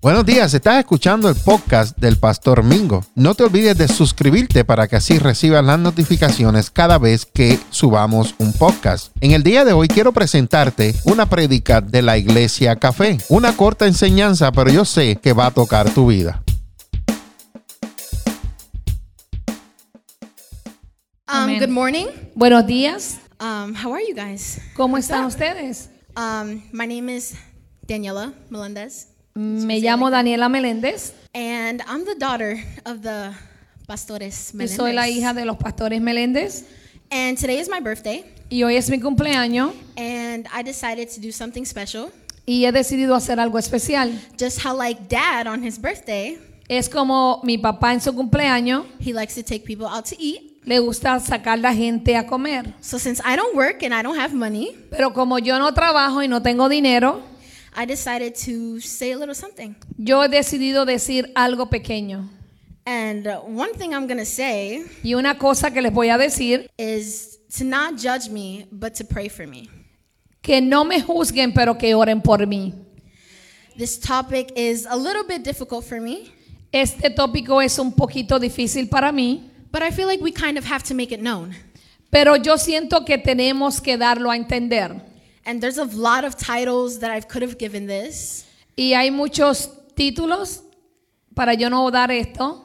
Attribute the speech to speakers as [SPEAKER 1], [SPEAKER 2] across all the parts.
[SPEAKER 1] Buenos días, estás escuchando el podcast del Pastor Mingo. No te olvides de suscribirte para que así recibas las notificaciones cada vez que subamos un podcast. En el día de hoy quiero presentarte una prédica de la Iglesia Café, una corta enseñanza, pero yo sé que va a tocar tu vida.
[SPEAKER 2] Um,
[SPEAKER 3] Amen.
[SPEAKER 2] Um, good morning.
[SPEAKER 3] Buenos días,
[SPEAKER 2] Um, how are you guys?
[SPEAKER 3] ¿cómo están ustedes?
[SPEAKER 2] Um, my name is Daniela Melendez,
[SPEAKER 3] Me llamo Daniela Meléndez
[SPEAKER 2] and I'm the daughter of the Pastores
[SPEAKER 3] y
[SPEAKER 2] Melendez.
[SPEAKER 3] soy la hija de los pastores Meléndez
[SPEAKER 2] And today is my birthday,
[SPEAKER 3] y hoy es mi cumpleaños
[SPEAKER 2] and I decided to do something special.
[SPEAKER 3] y he decidido hacer algo especial.
[SPEAKER 2] Just how, like, dad on his birthday,
[SPEAKER 3] Es como mi papá en su cumpleaños
[SPEAKER 2] he likes to take people out to eat.
[SPEAKER 3] le gusta sacar la gente a comer,
[SPEAKER 2] So, since I don't work and I don't have money,
[SPEAKER 3] pero como yo no trabajo y no tengo dinero,
[SPEAKER 2] I decided to say a little something.
[SPEAKER 3] yo he decidido decir algo pequeño.
[SPEAKER 2] And uh, one thing I'm gonna say
[SPEAKER 3] Y una cosa que les voy a decir,
[SPEAKER 2] is to not judge me, but to pray for me.
[SPEAKER 3] que no me juzguen, pero que oren por mí.
[SPEAKER 2] This topic is a little bit difficult for me,
[SPEAKER 3] Este tópico es un poquito difícil para mí.
[SPEAKER 2] but I feel like we kind of have to make it known.
[SPEAKER 3] Pero yo siento que tenemos que darlo a entender.
[SPEAKER 2] And there's a lot of titles that I could have given this,
[SPEAKER 3] Y hay muchos títulos para yo no dar esto,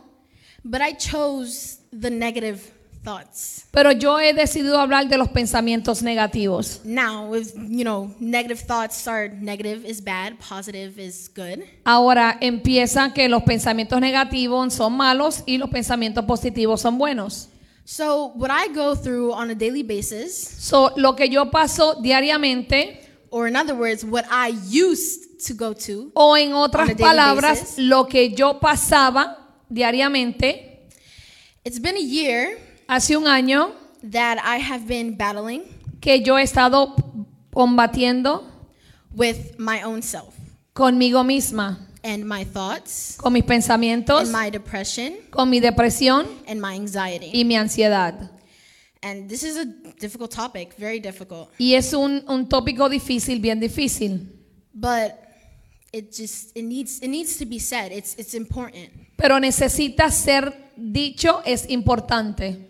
[SPEAKER 2] but I chose the negative thoughts.
[SPEAKER 3] pero yo he decidido hablar de los pensamientos negativos.
[SPEAKER 2] Now, if you know, negative thoughts are negative is bad, positive is good.
[SPEAKER 3] Ahora empieza que los pensamientos negativos son malos y los pensamientos positivos son buenos.
[SPEAKER 2] So, what I go through on a daily basis,
[SPEAKER 3] So, lo que yo paso diariamente,
[SPEAKER 2] or in other words, what I used to go to,
[SPEAKER 3] o en
[SPEAKER 2] On
[SPEAKER 3] otras
[SPEAKER 2] a daily
[SPEAKER 3] palabras,
[SPEAKER 2] basis.
[SPEAKER 3] lo que yo pasaba diariamente
[SPEAKER 2] it's been a year
[SPEAKER 3] hace un año
[SPEAKER 2] that I have been battling
[SPEAKER 3] que yo he estado combatiendo
[SPEAKER 2] with my own self
[SPEAKER 3] conmigo misma.
[SPEAKER 2] and my thoughts.
[SPEAKER 3] con mis pensamientos,
[SPEAKER 2] and my depression
[SPEAKER 3] con mi depresión
[SPEAKER 2] and my anxiety.
[SPEAKER 3] y mi ansiedad.
[SPEAKER 2] And this is a difficult topic, very difficult.
[SPEAKER 3] Y es un, un tópico difícil, bien difícil,
[SPEAKER 2] But it just it needs it needs to be said. It's it's important.
[SPEAKER 3] pero necesita ser dicho, es importante.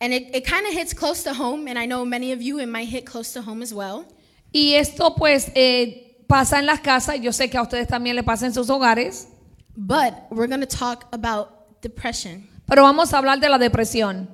[SPEAKER 2] And it, it kind of hits close to home, and I know many of you it might hit close to home as well.
[SPEAKER 3] Y esto pues eh, pasa en las casas, yo sé que a ustedes también le pasa en sus hogares,
[SPEAKER 2] But we're gonna talk about depression.
[SPEAKER 3] pero vamos a hablar de la depresión.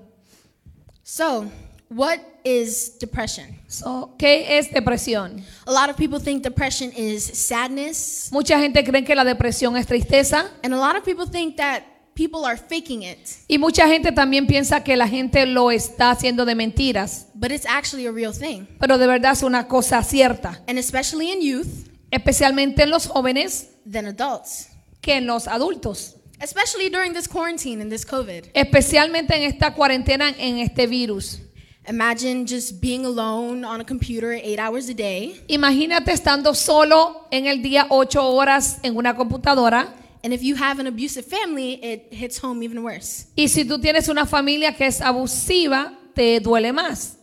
[SPEAKER 2] So, what is depression?
[SPEAKER 3] So, ¿Qué es depresión?
[SPEAKER 2] A lot of people think depression is sadness,
[SPEAKER 3] Mucha gente cree que la depresión es tristeza
[SPEAKER 2] and a lot of people think that people are faking it,
[SPEAKER 3] y mucha gente también piensa que la gente lo está haciendo de mentiras,
[SPEAKER 2] but it's actually a real thing.
[SPEAKER 3] pero de verdad es una cosa cierta,
[SPEAKER 2] And especially in youth
[SPEAKER 3] especialmente en los jóvenes
[SPEAKER 2] than adults.
[SPEAKER 3] que en los adultos,
[SPEAKER 2] especially during this quarantine and this COVID.
[SPEAKER 3] especialmente en esta cuarentena, en este virus.
[SPEAKER 2] Imagine just being alone on a computer eight hours a day.
[SPEAKER 3] Imagínate estando solo en el día ocho horas en una computadora
[SPEAKER 2] And if you have an abusive family, it hits home even worse.
[SPEAKER 3] y si tú tienes una familia que es abusiva, te duele más.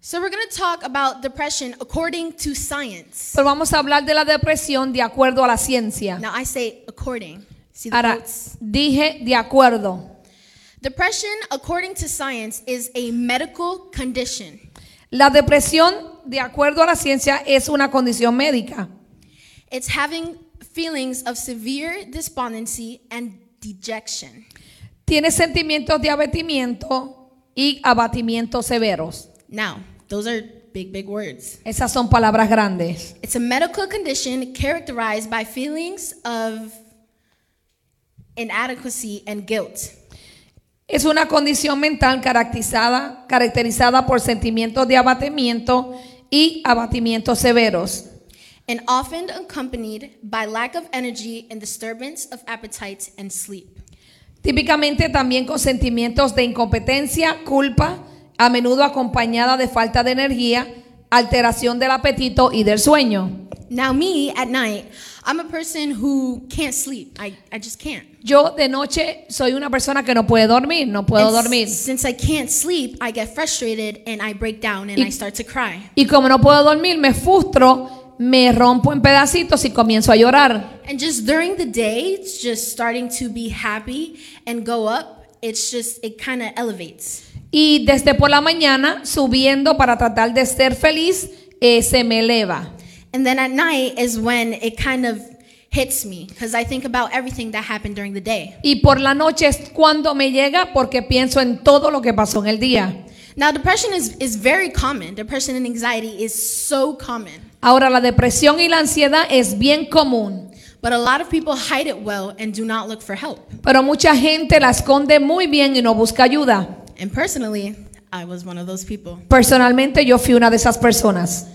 [SPEAKER 2] So, we're gonna talk about depression according to science.
[SPEAKER 3] Pero vamos a hablar de la depresión de acuerdo a la ciencia.
[SPEAKER 2] Now, I say according. See the
[SPEAKER 3] Ahora,
[SPEAKER 2] quotes?
[SPEAKER 3] dije de acuerdo.
[SPEAKER 2] Depression, according to science, is a medical condition.
[SPEAKER 3] La depresión de acuerdo a la ciencia es una condición médica.
[SPEAKER 2] It's having feelings of severe despondency and dejection.
[SPEAKER 3] Tiene sentimientos de abatimiento y abatimiento severos.
[SPEAKER 2] Now, those are big, big words.
[SPEAKER 3] Esas son palabras grandes.
[SPEAKER 2] It's a medical condition characterized by feelings of inadequacy and guilt.
[SPEAKER 3] Es una condición mental caracterizada, caracterizada por sentimientos de abatimiento y abatimientos severos
[SPEAKER 2] And often accompanied by lack of energy and disturbance of appetite and sleep.
[SPEAKER 3] típicamente también con sentimientos de incompetencia, culpa, a menudo acompañada de falta de energía, alteración del apetito y del sueño.
[SPEAKER 2] Now, me at night, I'm a person who can't sleep. I, I just can't.
[SPEAKER 3] Yo de noche soy una persona que no puede dormir, no puedo
[SPEAKER 2] And s-
[SPEAKER 3] dormir.
[SPEAKER 2] Since I can't sleep, I get frustrated and I break down and
[SPEAKER 3] Y-
[SPEAKER 2] I start to cry.
[SPEAKER 3] Y como no puedo dormir, me frustro, me rompo en pedacitos y comienzo a llorar.
[SPEAKER 2] And just during the day, it's just starting to be happy and go up. It's just, it kind of elevates.
[SPEAKER 3] Y desde por la mañana, subiendo para tratar de ser feliz, eh, se me eleva.
[SPEAKER 2] And then at night is when it kind of hits me because I think about everything that happened during the day.
[SPEAKER 3] Y por la noche es cuando me llega porque pienso en todo lo que pasó en el día.
[SPEAKER 2] Now, depression is, is very common. Depression and anxiety is so common.
[SPEAKER 3] Ahora, la depresión y la ansiedad es bien común,
[SPEAKER 2] But a lot of people hide it well and do not look for help.
[SPEAKER 3] pero mucha gente la esconde muy bien y no busca ayuda.
[SPEAKER 2] And personally, I was one of those people.
[SPEAKER 3] Personalmente yo fui una de esas personas.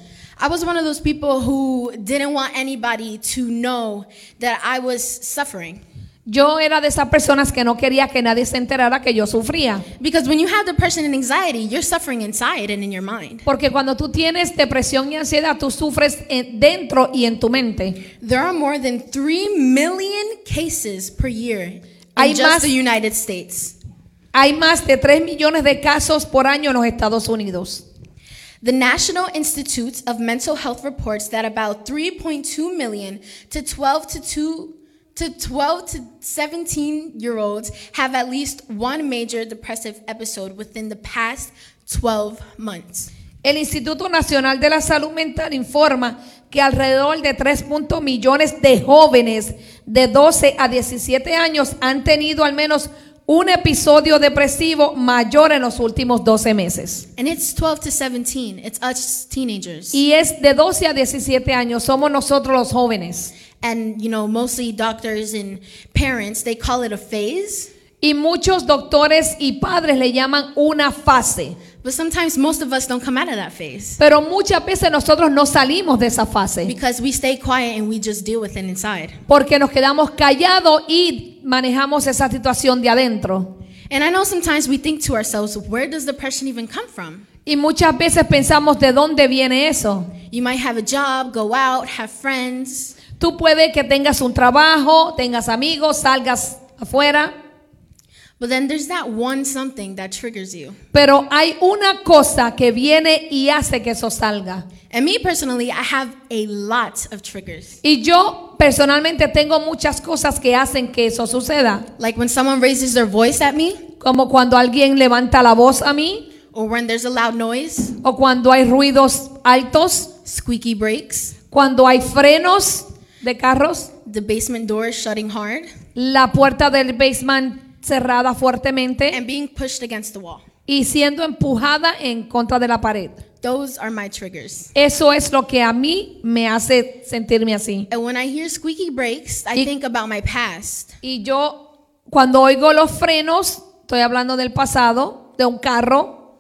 [SPEAKER 2] I was one of those people who didn't want anybody to know that I was suffering.
[SPEAKER 3] Yo era de esas personas que no quería que nadie se enterara que yo sufría.
[SPEAKER 2] Because when you have depression and anxiety, you're suffering inside and in your mind.
[SPEAKER 3] Porque cuando tú tienes depresión y ansiedad, tú sufres eh, dentro y en tu mente.
[SPEAKER 2] There are more than 3 million cases per year in
[SPEAKER 3] Hay
[SPEAKER 2] just
[SPEAKER 3] más-
[SPEAKER 2] the United States.
[SPEAKER 3] Hay más de 3 millones de casos por año en los Estados Unidos.
[SPEAKER 2] The National Institute of Mental Health reports that about 3.2 million to 12 to 2 to 12 to 17 year olds have at least one major depressive episode within the past 12 months.
[SPEAKER 3] El Instituto Nacional de la Salud Mental informa que alrededor de 3. punto millones de jóvenes de 12 a 17 años han tenido al menos un episodio depresivo mayor en los últimos 12 meses.
[SPEAKER 2] And it's 12 to 17. It's us teenagers.
[SPEAKER 3] Y es de 12 a 17 años, somos nosotros los jóvenes.
[SPEAKER 2] And, you know, mostly doctors and parents, they call it a phase.
[SPEAKER 3] Y muchos doctores y padres le llaman una fase.
[SPEAKER 2] But sometimes most of us don't come out of that phase
[SPEAKER 3] Pero muchas veces nosotros no salimos de esa fase
[SPEAKER 2] because we stay quiet and we just deal with it inside.
[SPEAKER 3] porque nos quedamos callados y manejamos esa situación de adentro.
[SPEAKER 2] And I know sometimes we think to ourselves, where does depression even come from?
[SPEAKER 3] Y muchas veces pensamos de dónde viene eso.
[SPEAKER 2] You might have a job, go out, have friends,
[SPEAKER 3] Tú puedes que tengas un trabajo, tengas amigos, salgas afuera,
[SPEAKER 2] but then there's that one something that triggers you.
[SPEAKER 3] pero hay una cosa que viene y hace que eso salga.
[SPEAKER 2] And me personally, I have a lot of triggers.
[SPEAKER 3] Y yo personalmente tengo muchas cosas que hacen que eso suceda.
[SPEAKER 2] Like when someone raises their voice at me,
[SPEAKER 3] Como cuando alguien levanta la voz a mí,
[SPEAKER 2] or when there's a loud noise,
[SPEAKER 3] o cuando hay ruidos altos,
[SPEAKER 2] squeaky brakes,
[SPEAKER 3] cuando hay frenos de carros,
[SPEAKER 2] the basement door is shutting hard,
[SPEAKER 3] la puerta del basement cerrada fuertemente
[SPEAKER 2] and being pushed against the wall.
[SPEAKER 3] y siendo empujada en contra de la pared.
[SPEAKER 2] Those are my triggers.
[SPEAKER 3] Eso es lo que a mí me hace sentirme así.
[SPEAKER 2] And when I hear squeaky brakes, I
[SPEAKER 3] Y-
[SPEAKER 2] think about my past.
[SPEAKER 3] Y yo, cuando oigo los frenos, estoy hablando del pasado, de un carro,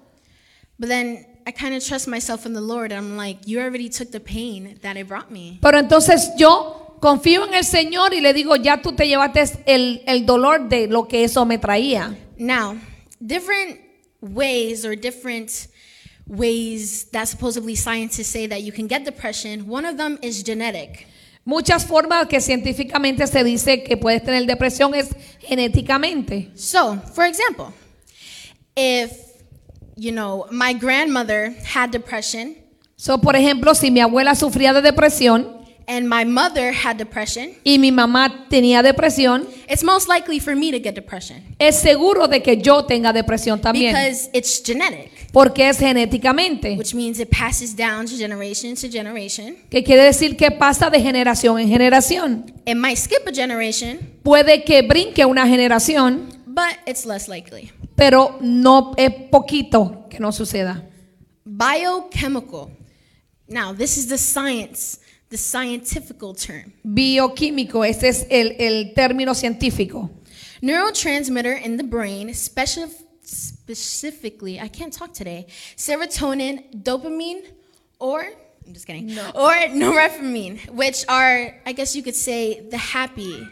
[SPEAKER 2] But then I kind of trust myself in the Lord. I'm like, you already took the pain that it brought me.
[SPEAKER 3] pero entonces yo confío en el Señor y le digo, ya tú te llevaste el, el dolor de lo que eso me traía.
[SPEAKER 2] Now, different ways or different ways that supposedly scientists say that you can get depression, one of them is genetic.
[SPEAKER 3] Muchas formas que científicamente se dice que puedes tener depresión es genéticamente.
[SPEAKER 2] So, for example, if, you know, my grandmother had depression
[SPEAKER 3] So, por ejemplo, si mi abuela sufría de depresión
[SPEAKER 2] and my mother had depression,
[SPEAKER 3] y mi mamá tenía depresión,
[SPEAKER 2] it's most likely for me to get depression
[SPEAKER 3] es seguro de que yo tenga depresión también,
[SPEAKER 2] because it's genetic,
[SPEAKER 3] porque es genéticamente,
[SPEAKER 2] which means it passes down generation to generation.
[SPEAKER 3] que quiere decir que pasa de generación en generación.
[SPEAKER 2] It might skip a generation,
[SPEAKER 3] Puede que brinque una generación,
[SPEAKER 2] but it's less likely.
[SPEAKER 3] pero no es poquito que no suceda.
[SPEAKER 2] Biochemical. Now, this is the science, the scientifical term.
[SPEAKER 3] Bioquímico, ese es el, el término científico.
[SPEAKER 2] Neurotransmitter in the brain, specif- specifically, I can't talk today, serotonin, dopamine, or, I'm just kidding, or norepinephrine, which are, I guess you could say, the happy,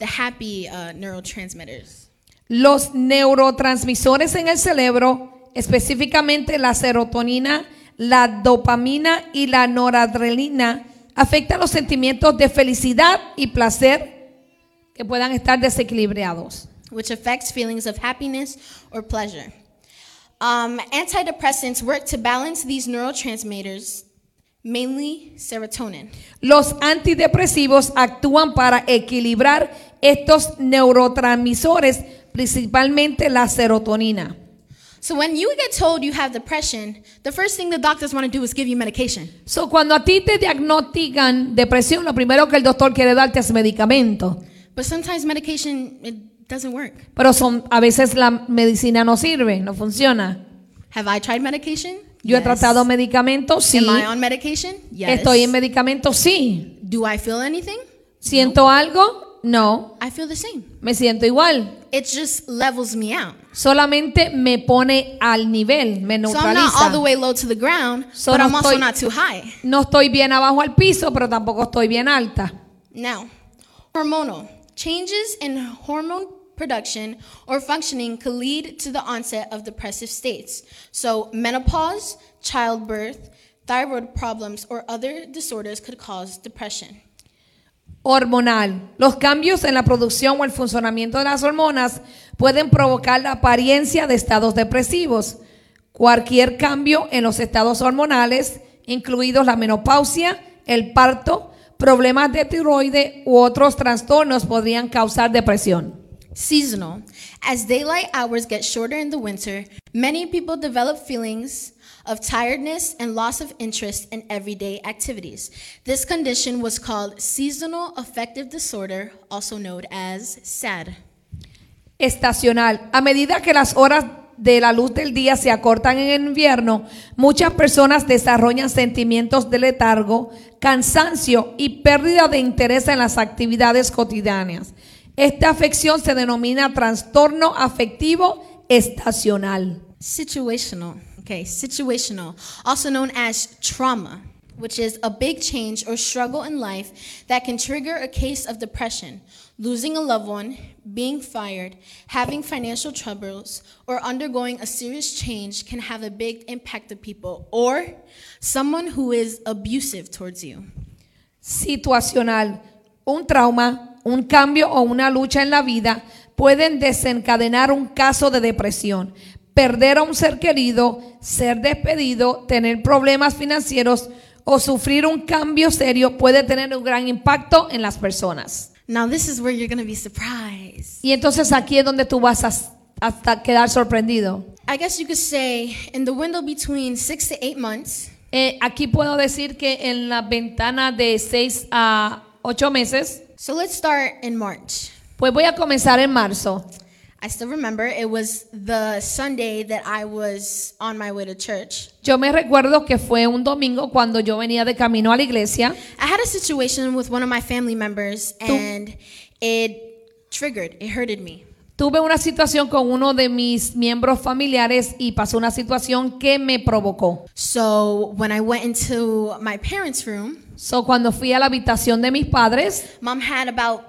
[SPEAKER 2] the happy uh, neurotransmitters.
[SPEAKER 3] Los neurotransmisores en el cerebro, específicamente la serotonina, la dopamina y la noradrenalina, afectan los sentimientos de felicidad y placer que puedan estar desequilibrados.
[SPEAKER 2] which affects feelings of happiness or pleasure. Um, antidepressants work to balance these neurotransmitters, mainly serotonin.
[SPEAKER 3] Los antidepresivos actúan para equilibrar estos neurotransmisores, principalmente la serotonina.
[SPEAKER 2] So when you get told you have depression, the first thing the doctors want to do is give you medication.
[SPEAKER 3] So, cuando a ti te diagnostican depresión, lo primero que el doctor quiere darte es medicamento.
[SPEAKER 2] But sometimes medication it doesn't work.
[SPEAKER 3] Pero son, a veces la medicina no sirve, no funciona.
[SPEAKER 2] Have I tried medication?
[SPEAKER 3] Yo
[SPEAKER 2] Yes.
[SPEAKER 3] he tratado medicamentos, sí.
[SPEAKER 2] Am I on medication? Yes.
[SPEAKER 3] Estoy en medicamento, sí.
[SPEAKER 2] Do I feel anything?
[SPEAKER 3] ¿Siento algo? No.
[SPEAKER 2] I feel the same.
[SPEAKER 3] Me siento igual.
[SPEAKER 2] It just levels me out.
[SPEAKER 3] Solamente me pone al nivel, me
[SPEAKER 2] So I'm not all the
[SPEAKER 3] neutraliza.
[SPEAKER 2] way low to the ground,
[SPEAKER 3] So
[SPEAKER 2] but
[SPEAKER 3] no
[SPEAKER 2] I'm also
[SPEAKER 3] estoy-
[SPEAKER 2] not too high.
[SPEAKER 3] No estoy bien abajo al piso, pero tampoco estoy bien alta.
[SPEAKER 2] Now, hormonal changes in hormone production or functioning could lead to the onset of depressive states. So, menopause, childbirth, thyroid problems, or other disorders could cause depression.
[SPEAKER 3] hormonal. Los cambios en la producción o el funcionamiento de las hormonas pueden provocar la apariencia de estados depresivos. Cualquier cambio en los estados hormonales, incluidos la menopausia, el parto, problemas de tiroides u otros trastornos, podrían causar depresión.
[SPEAKER 2] Seasonal. As daylight hours get shorter in the winter, many people develop feelings of tiredness and loss of interest in everyday activities. This condition was called seasonal affective disorder, also known as SAD.
[SPEAKER 3] estacional. A medida que las horas de la luz del día se acortan en el invierno, muchas personas desarrollan sentimientos de letargo, cansancio y pérdida de interés en las actividades cotidianas. Esta afección se denomina trastorno afectivo estacional.
[SPEAKER 2] Situational. Okay, situational, also known as trauma, which is a big change or struggle in life that can trigger a case of depression, losing a loved one, being fired, having financial troubles, or undergoing a serious change can have a big impact on people or someone who is abusive towards you.
[SPEAKER 3] situacional, un trauma, un cambio o una lucha en la vida pueden desencadenar un caso de depresión, perder a un ser querido, ser despedido, tener problemas financieros o sufrir un cambio serio puede tener un gran impacto en las personas.
[SPEAKER 2] Now, this is where you're gonna be surprised.
[SPEAKER 3] Y entonces aquí es donde tú vas a s- hasta quedar sorprendido.
[SPEAKER 2] I guess you could say in the window between six to eight months,
[SPEAKER 3] Eh, aquí puedo decir que en la ventana de 6 a 8 meses,
[SPEAKER 2] so let's start in March.
[SPEAKER 3] pues voy a comenzar en marzo.
[SPEAKER 2] I still remember it was the Sunday that I was on my way to church.
[SPEAKER 3] Yo me recuerdo que fue un domingo cuando yo venía de camino a la iglesia.
[SPEAKER 2] I had a situation with one of my family members and it triggered, it hurted me.
[SPEAKER 3] Tuve una situación con uno de mis miembros familiares y pasó una situación que me provocó.
[SPEAKER 2] So when I went into my parents' room,
[SPEAKER 3] So, cuando fui a la habitación de mis padres,
[SPEAKER 2] mom had about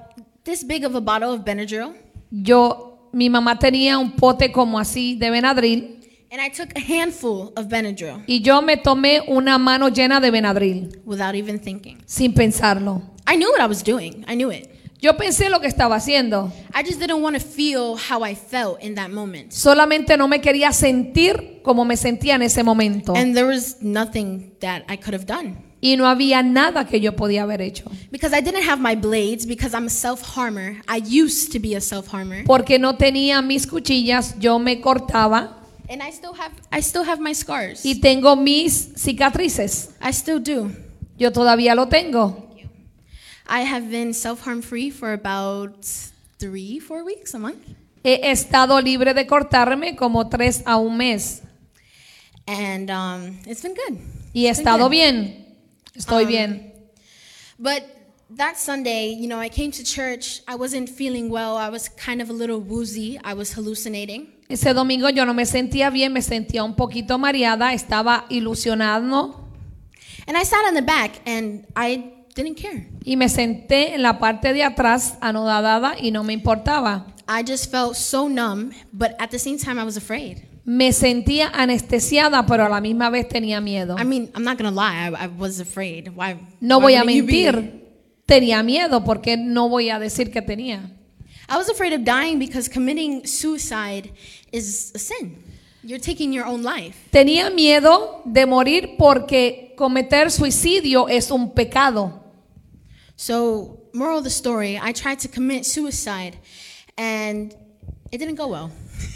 [SPEAKER 2] this big of a bottle of Benadryl
[SPEAKER 3] yo, mi mamá tenía un pote como así de Benadryl
[SPEAKER 2] and I took a handful of Benadryl
[SPEAKER 3] y yo me tomé una mano llena de Benadryl
[SPEAKER 2] without even thinking.
[SPEAKER 3] sin pensarlo.
[SPEAKER 2] I knew what I was doing, I knew it.
[SPEAKER 3] Yo pensé lo que estaba haciendo,
[SPEAKER 2] I just didn't want to feel how I felt in that moment.
[SPEAKER 3] solamente no me quería sentir como me sentía en ese momento
[SPEAKER 2] And there was nothing that I could have done.
[SPEAKER 3] y no había nada que yo podía haber hecho.
[SPEAKER 2] Because I didn't have my blades, because I'm a self harmer. I used to be a self harmer.
[SPEAKER 3] porque no tenía mis cuchillas, yo me cortaba
[SPEAKER 2] And I still have I still have my scars.
[SPEAKER 3] y tengo mis cicatrices.
[SPEAKER 2] I still do.
[SPEAKER 3] Yo todavía lo tengo.
[SPEAKER 2] I have been self harm free for about three, four weeks, a month.
[SPEAKER 3] He estado libre de cortarme como tres a un mes
[SPEAKER 2] And um, it's been good.
[SPEAKER 3] y he
[SPEAKER 2] It's been
[SPEAKER 3] estado
[SPEAKER 2] good.
[SPEAKER 3] bien. Estoy
[SPEAKER 2] Um,
[SPEAKER 3] bien.
[SPEAKER 2] But that Sunday, you know, I came to church. I wasn't feeling well. I was kind of a little woozy. I was hallucinating.
[SPEAKER 3] Ese domingo yo no me sentía bien, me sentía un poquito mareada, estaba ilusionado
[SPEAKER 2] And I sat in the back and I didn't care.
[SPEAKER 3] y me senté en la parte de atrás anodadada y no me importaba.
[SPEAKER 2] I just felt so numb, but at the same time, I was afraid.
[SPEAKER 3] Me sentía anestesiada, pero a la misma vez tenía miedo.
[SPEAKER 2] I mean, I'm not gonna lie, I, I was afraid. Why?
[SPEAKER 3] Oh. No
[SPEAKER 2] why
[SPEAKER 3] voy a
[SPEAKER 2] wouldn't you be?
[SPEAKER 3] mentir. Tenía miedo porque no voy a decir que tenía.
[SPEAKER 2] I was afraid of dying because committing suicide is a sin. You're taking your own life.
[SPEAKER 3] Tenía miedo de morir porque cometer suicidio es un pecado.
[SPEAKER 2] So, moral of the story, I tried to commit suicide and it didn't go well.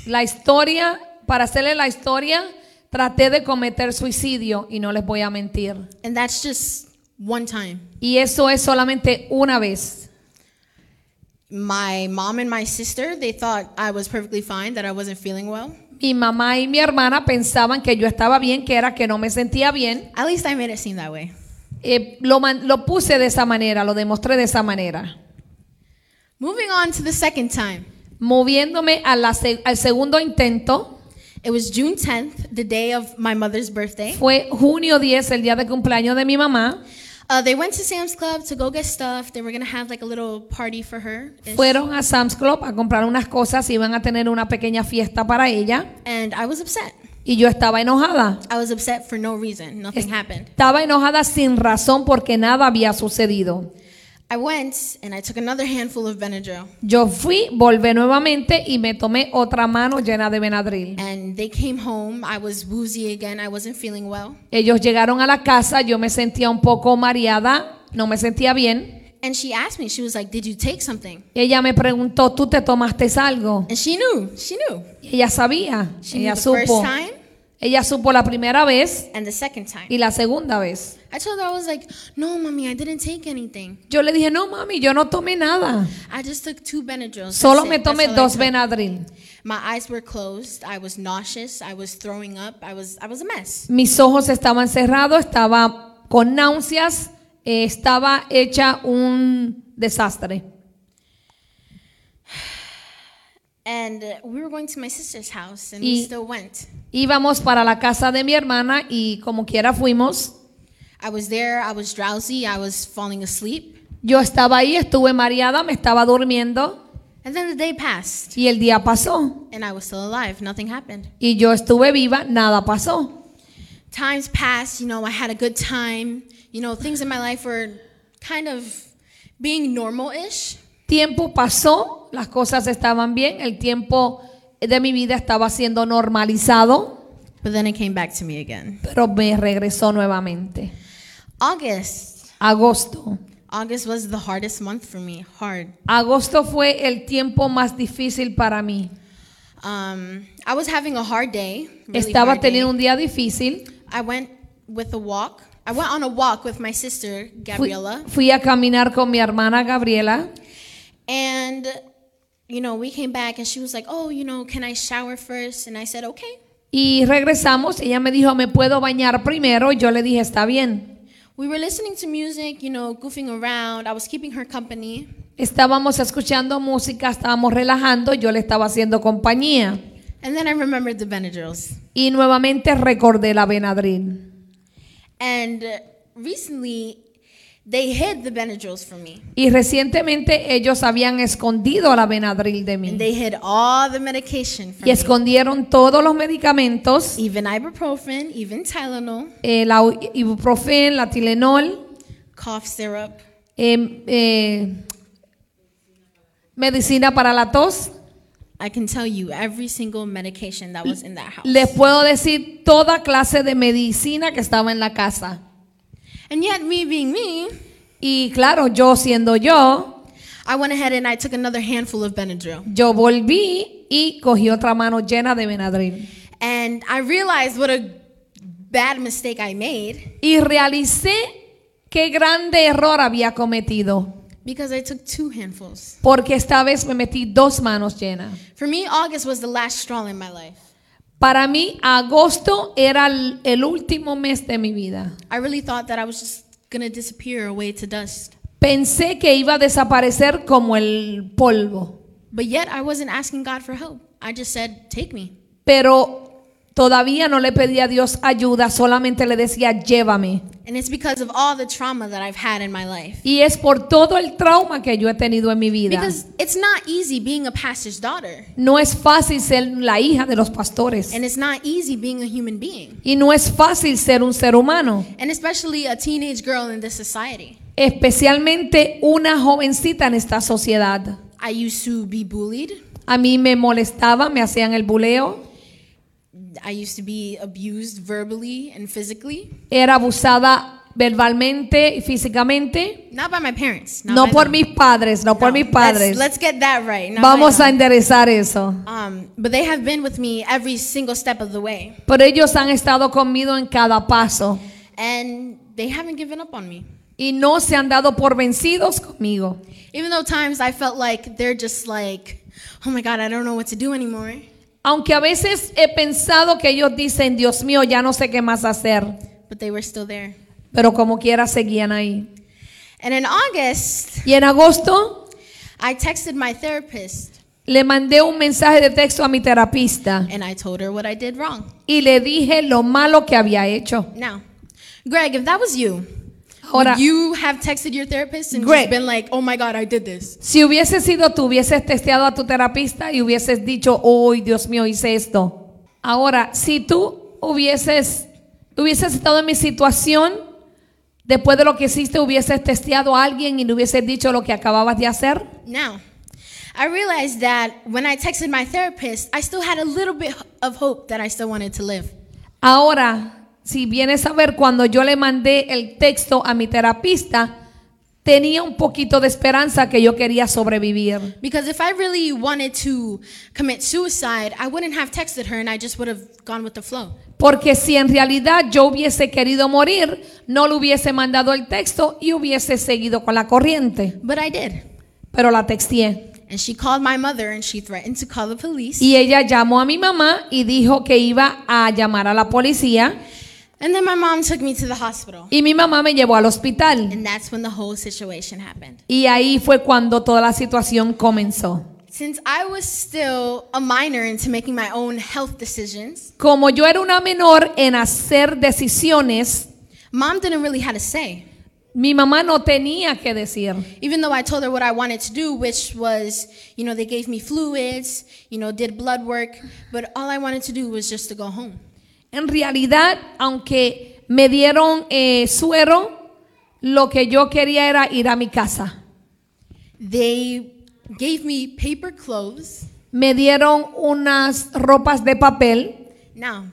[SPEAKER 3] La historia, para hacerle la historia, traté de cometer suicidio y no les voy a mentir.
[SPEAKER 2] And that's just one time.
[SPEAKER 3] Y eso es solamente una vez.
[SPEAKER 2] My mom and my sister, they thought I was perfectly fine, that I wasn't feeling well.
[SPEAKER 3] Mi mamá y mi hermana pensaban que yo estaba bien, que era que no me sentía bien.
[SPEAKER 2] At least I made it seem that way.
[SPEAKER 3] Eh, lo, man- lo puse de esa manera, lo demostré de esa manera.
[SPEAKER 2] Moving on to the second time.
[SPEAKER 3] Moviéndome a la se- al segundo intento,
[SPEAKER 2] It was June 10th, the day of my mother's birthday.
[SPEAKER 3] fue junio 10, el día de cumpleaños de mi mamá.
[SPEAKER 2] Uh, they went to Sam's Club to go get stuff. They were gonna have like a little party for her.
[SPEAKER 3] Fueron a Sam's Club a comprar unas cosas y iban a tener una pequeña fiesta para ella.
[SPEAKER 2] And I was upset.
[SPEAKER 3] Y yo estaba enojada.
[SPEAKER 2] I was upset for no reason. Nothing happened.
[SPEAKER 3] Estaba enojada sin razón porque nada había sucedido.
[SPEAKER 2] I went and I took another handful of Benadryl.
[SPEAKER 3] Yo fui, volví nuevamente y me tomé otra mano llena de Benadryl.
[SPEAKER 2] And they came home. I was woozy again. I wasn't feeling well.
[SPEAKER 3] Ellos llegaron a la casa, yo me sentía un poco mareada, no me sentía bien.
[SPEAKER 2] And she asked me, she was like, Did you take something?
[SPEAKER 3] Ella me preguntó, ¿tú te tomaste algo?
[SPEAKER 2] And she knew. She knew.
[SPEAKER 3] Ella sabía,
[SPEAKER 2] She knew
[SPEAKER 3] ella
[SPEAKER 2] the first
[SPEAKER 3] supo.
[SPEAKER 2] time
[SPEAKER 3] Ella supo la primera vez
[SPEAKER 2] and the second time.
[SPEAKER 3] y la segunda vez.
[SPEAKER 2] I told her, I was like, No, mommy, I didn't take anything.
[SPEAKER 3] Yo le dije, no mami, yo no tomé nada.
[SPEAKER 2] I just took two Benadryls.
[SPEAKER 3] Solo
[SPEAKER 2] That's it.
[SPEAKER 3] me
[SPEAKER 2] That's
[SPEAKER 3] tomé
[SPEAKER 2] all I
[SPEAKER 3] dos
[SPEAKER 2] took."
[SPEAKER 3] Benadryl.
[SPEAKER 2] My eyes were closed. I was nauseous. I was throwing up. I was I was a mess.
[SPEAKER 3] Mis ojos estaban cerrados, estaba con náuseas, eh, estaba hecha un desastre.
[SPEAKER 2] And uh, we were going to my sister's house, and
[SPEAKER 3] Y-
[SPEAKER 2] we still went.
[SPEAKER 3] Íbamos para la casa de mi hermana y como quiera fuimos.
[SPEAKER 2] I was there. I was drowsy. I was falling asleep.
[SPEAKER 3] Yo estaba ahí, estuve mareada, me estaba durmiendo
[SPEAKER 2] And then the day passed,
[SPEAKER 3] y el día pasó.
[SPEAKER 2] and I was still alive. Nothing happened.
[SPEAKER 3] Y yo estuve viva, nada pasó.
[SPEAKER 2] Times passed. You know, I had a good time. You know, things in my life were kind of being normal-ish.
[SPEAKER 3] Tiempo pasó, las cosas estaban bien, el tiempo de mi vida estaba siendo normalizado,
[SPEAKER 2] But then it came back to me again.
[SPEAKER 3] pero me regresó nuevamente.
[SPEAKER 2] August.
[SPEAKER 3] Agosto.
[SPEAKER 2] August was the hardest month for me. Hard.
[SPEAKER 3] Agosto fue el tiempo más difícil para mí.
[SPEAKER 2] Um, I was having a hard day. really
[SPEAKER 3] Estaba
[SPEAKER 2] hard day.
[SPEAKER 3] teniendo un día difícil.
[SPEAKER 2] I went with a walk. I went on a walk with my sister
[SPEAKER 3] Fui,
[SPEAKER 2] Gabriela,
[SPEAKER 3] fui a caminar con mi hermana Gabriela
[SPEAKER 2] and you know we came back, and she was like, "Oh, you know, can I shower first? And I said, "Okay."
[SPEAKER 3] y regresamos. Ella me dijo, ¿me puedo bañar primero? Y yo le dije, está bien.
[SPEAKER 2] We were listening to music, you know, goofing around. I was keeping her company,
[SPEAKER 3] Estábamos escuchando música, estábamos relajando, yo le estaba haciendo compañía.
[SPEAKER 2] and then I remembered the Benadryls.
[SPEAKER 3] Y nuevamente recordé la Benadryl.
[SPEAKER 2] And uh, recently, they hid the Benadryls from me,
[SPEAKER 3] Y recientemente ellos habían escondido la Benadryl de mí.
[SPEAKER 2] and they hid all the medication from
[SPEAKER 3] Y escondieron todos los medicamentos.
[SPEAKER 2] me, even ibuprofen, even Tylenol,
[SPEAKER 3] eh, la u- ibuprofen, la Tilenol,
[SPEAKER 2] cough syrup.
[SPEAKER 3] eh, eh, medicina para la tos.
[SPEAKER 2] I can tell you every single medication that was in that house.
[SPEAKER 3] Les puedo decir toda clase de medicina que estaba en la casa.
[SPEAKER 2] And yet, me being me,
[SPEAKER 3] Y claro, yo siendo yo,
[SPEAKER 2] I went ahead and I took another handful of Benadryl.
[SPEAKER 3] yo volví y cogí otra mano llena de Benadryl.
[SPEAKER 2] And I realized what a bad mistake I made
[SPEAKER 3] Y realicé qué grande error había cometido.
[SPEAKER 2] because I took two handfuls.
[SPEAKER 3] Porque esta vez me metí dos manos llenas.
[SPEAKER 2] For me, August was the last straw in my life.
[SPEAKER 3] Para mí, agosto era el- el último mes de mi vida.
[SPEAKER 2] I really thought that I was just gonna disappear away to dust.
[SPEAKER 3] Pensé que iba a desaparecer como el polvo,
[SPEAKER 2] But yet, I wasn't asking God for help. I just said, Take me.
[SPEAKER 3] pero todavía no le pedí a Dios ayuda, solamente le decía, llévame.
[SPEAKER 2] And it's because of all the trauma that I've had in my life.
[SPEAKER 3] Y es por todo el trauma que yo he tenido en mi vida.
[SPEAKER 2] Because it's not easy being a pastor's daughter,
[SPEAKER 3] No es fácil ser la hija de los pastores.
[SPEAKER 2] and it's not easy being a human being,
[SPEAKER 3] Y no es fácil ser un ser humano,
[SPEAKER 2] and especially a teenage girl in this society.
[SPEAKER 3] especialmente una jovencita en esta sociedad.
[SPEAKER 2] I used to be bullied.
[SPEAKER 3] A mí me molestaba, me hacían el buleo.
[SPEAKER 2] I used to be abused verbally and physically.
[SPEAKER 3] Era abusada verbalmente y físicamente.
[SPEAKER 2] Not by my parents. Not
[SPEAKER 3] No
[SPEAKER 2] by
[SPEAKER 3] por
[SPEAKER 2] them.
[SPEAKER 3] mis padres, no por mis
[SPEAKER 2] Let's-
[SPEAKER 3] padres.
[SPEAKER 2] Let's, get that right. Not by
[SPEAKER 3] Vamos a
[SPEAKER 2] them.
[SPEAKER 3] enderezar eso.
[SPEAKER 2] Um, but they have been with me every single step of the way,
[SPEAKER 3] Pero ellos han estado conmigo en cada paso
[SPEAKER 2] and they haven't given up on me.
[SPEAKER 3] y no se han dado por vencidos conmigo.
[SPEAKER 2] Even though times I felt like they're just like, oh my God, I don't know what to do anymore.
[SPEAKER 3] Aunque a veces he pensado que ellos dicen, Dios mío, ya no sé qué más hacer,
[SPEAKER 2] But they were still there.
[SPEAKER 3] pero como quiera seguían ahí.
[SPEAKER 2] And in August,
[SPEAKER 3] Y en agosto
[SPEAKER 2] I texted my therapist
[SPEAKER 3] le mandé un mensaje de texto a mi terapista
[SPEAKER 2] and I told her what I did wrong.
[SPEAKER 3] y le dije lo malo que había hecho.
[SPEAKER 2] Now, Greg, if that was you,
[SPEAKER 3] Ahora,
[SPEAKER 2] would you have texted your therapist and
[SPEAKER 3] Greg.
[SPEAKER 2] just been like, oh my God, I did this?
[SPEAKER 3] si hubiese sido tú, hubieses testeado a tu terapista y hubieses dicho, uy, Dios mío, hice esto. Ahora, si tú hubieses, hubieses estado en mi situación, después de lo que hiciste, hubieses testeado a alguien y le hubieses dicho lo que acababas de hacer.
[SPEAKER 2] Now, I realized that when I texted my therapist, I still had a little bit of hope that I still wanted to live.
[SPEAKER 3] Ahora, si vienes a ver, cuando yo le mandé el texto a mi terapista, tenía un poquito de esperanza que yo quería sobrevivir.
[SPEAKER 2] Because if I really wanted to commit suicide, I wouldn't have texted her and I just would have gone with the flow.
[SPEAKER 3] Porque si en realidad yo hubiese querido morir, no le hubiese mandado el texto y hubiese seguido con la corriente.
[SPEAKER 2] But I did.
[SPEAKER 3] Pero la texté.
[SPEAKER 2] And she called my mother and she threatened to call the police.
[SPEAKER 3] Y ella llamó a mi mamá y dijo que iba a llamar a la policía.
[SPEAKER 2] And then my mom took me to the hospital.
[SPEAKER 3] Y mi mamá me llevó al hospital.
[SPEAKER 2] And that's when the whole situation happened.
[SPEAKER 3] Y ahí fue cuando toda la situación comenzó.
[SPEAKER 2] Since I was still a minor into making my own health decisions,
[SPEAKER 3] Como yo era una menor en hacer decisiones,
[SPEAKER 2] mom didn't really have a say.
[SPEAKER 3] mi mamá no tenía que decir.
[SPEAKER 2] Even though I told her what I wanted to do, which was, you know, they gave me fluids, you know, did blood work, but all I wanted to do was just to go home.
[SPEAKER 3] En realidad, aunque me dieron eh, suero, lo que yo quería era ir a mi casa.
[SPEAKER 2] They gave me paper clothes.
[SPEAKER 3] Me dieron unas ropas de papel.
[SPEAKER 2] Now,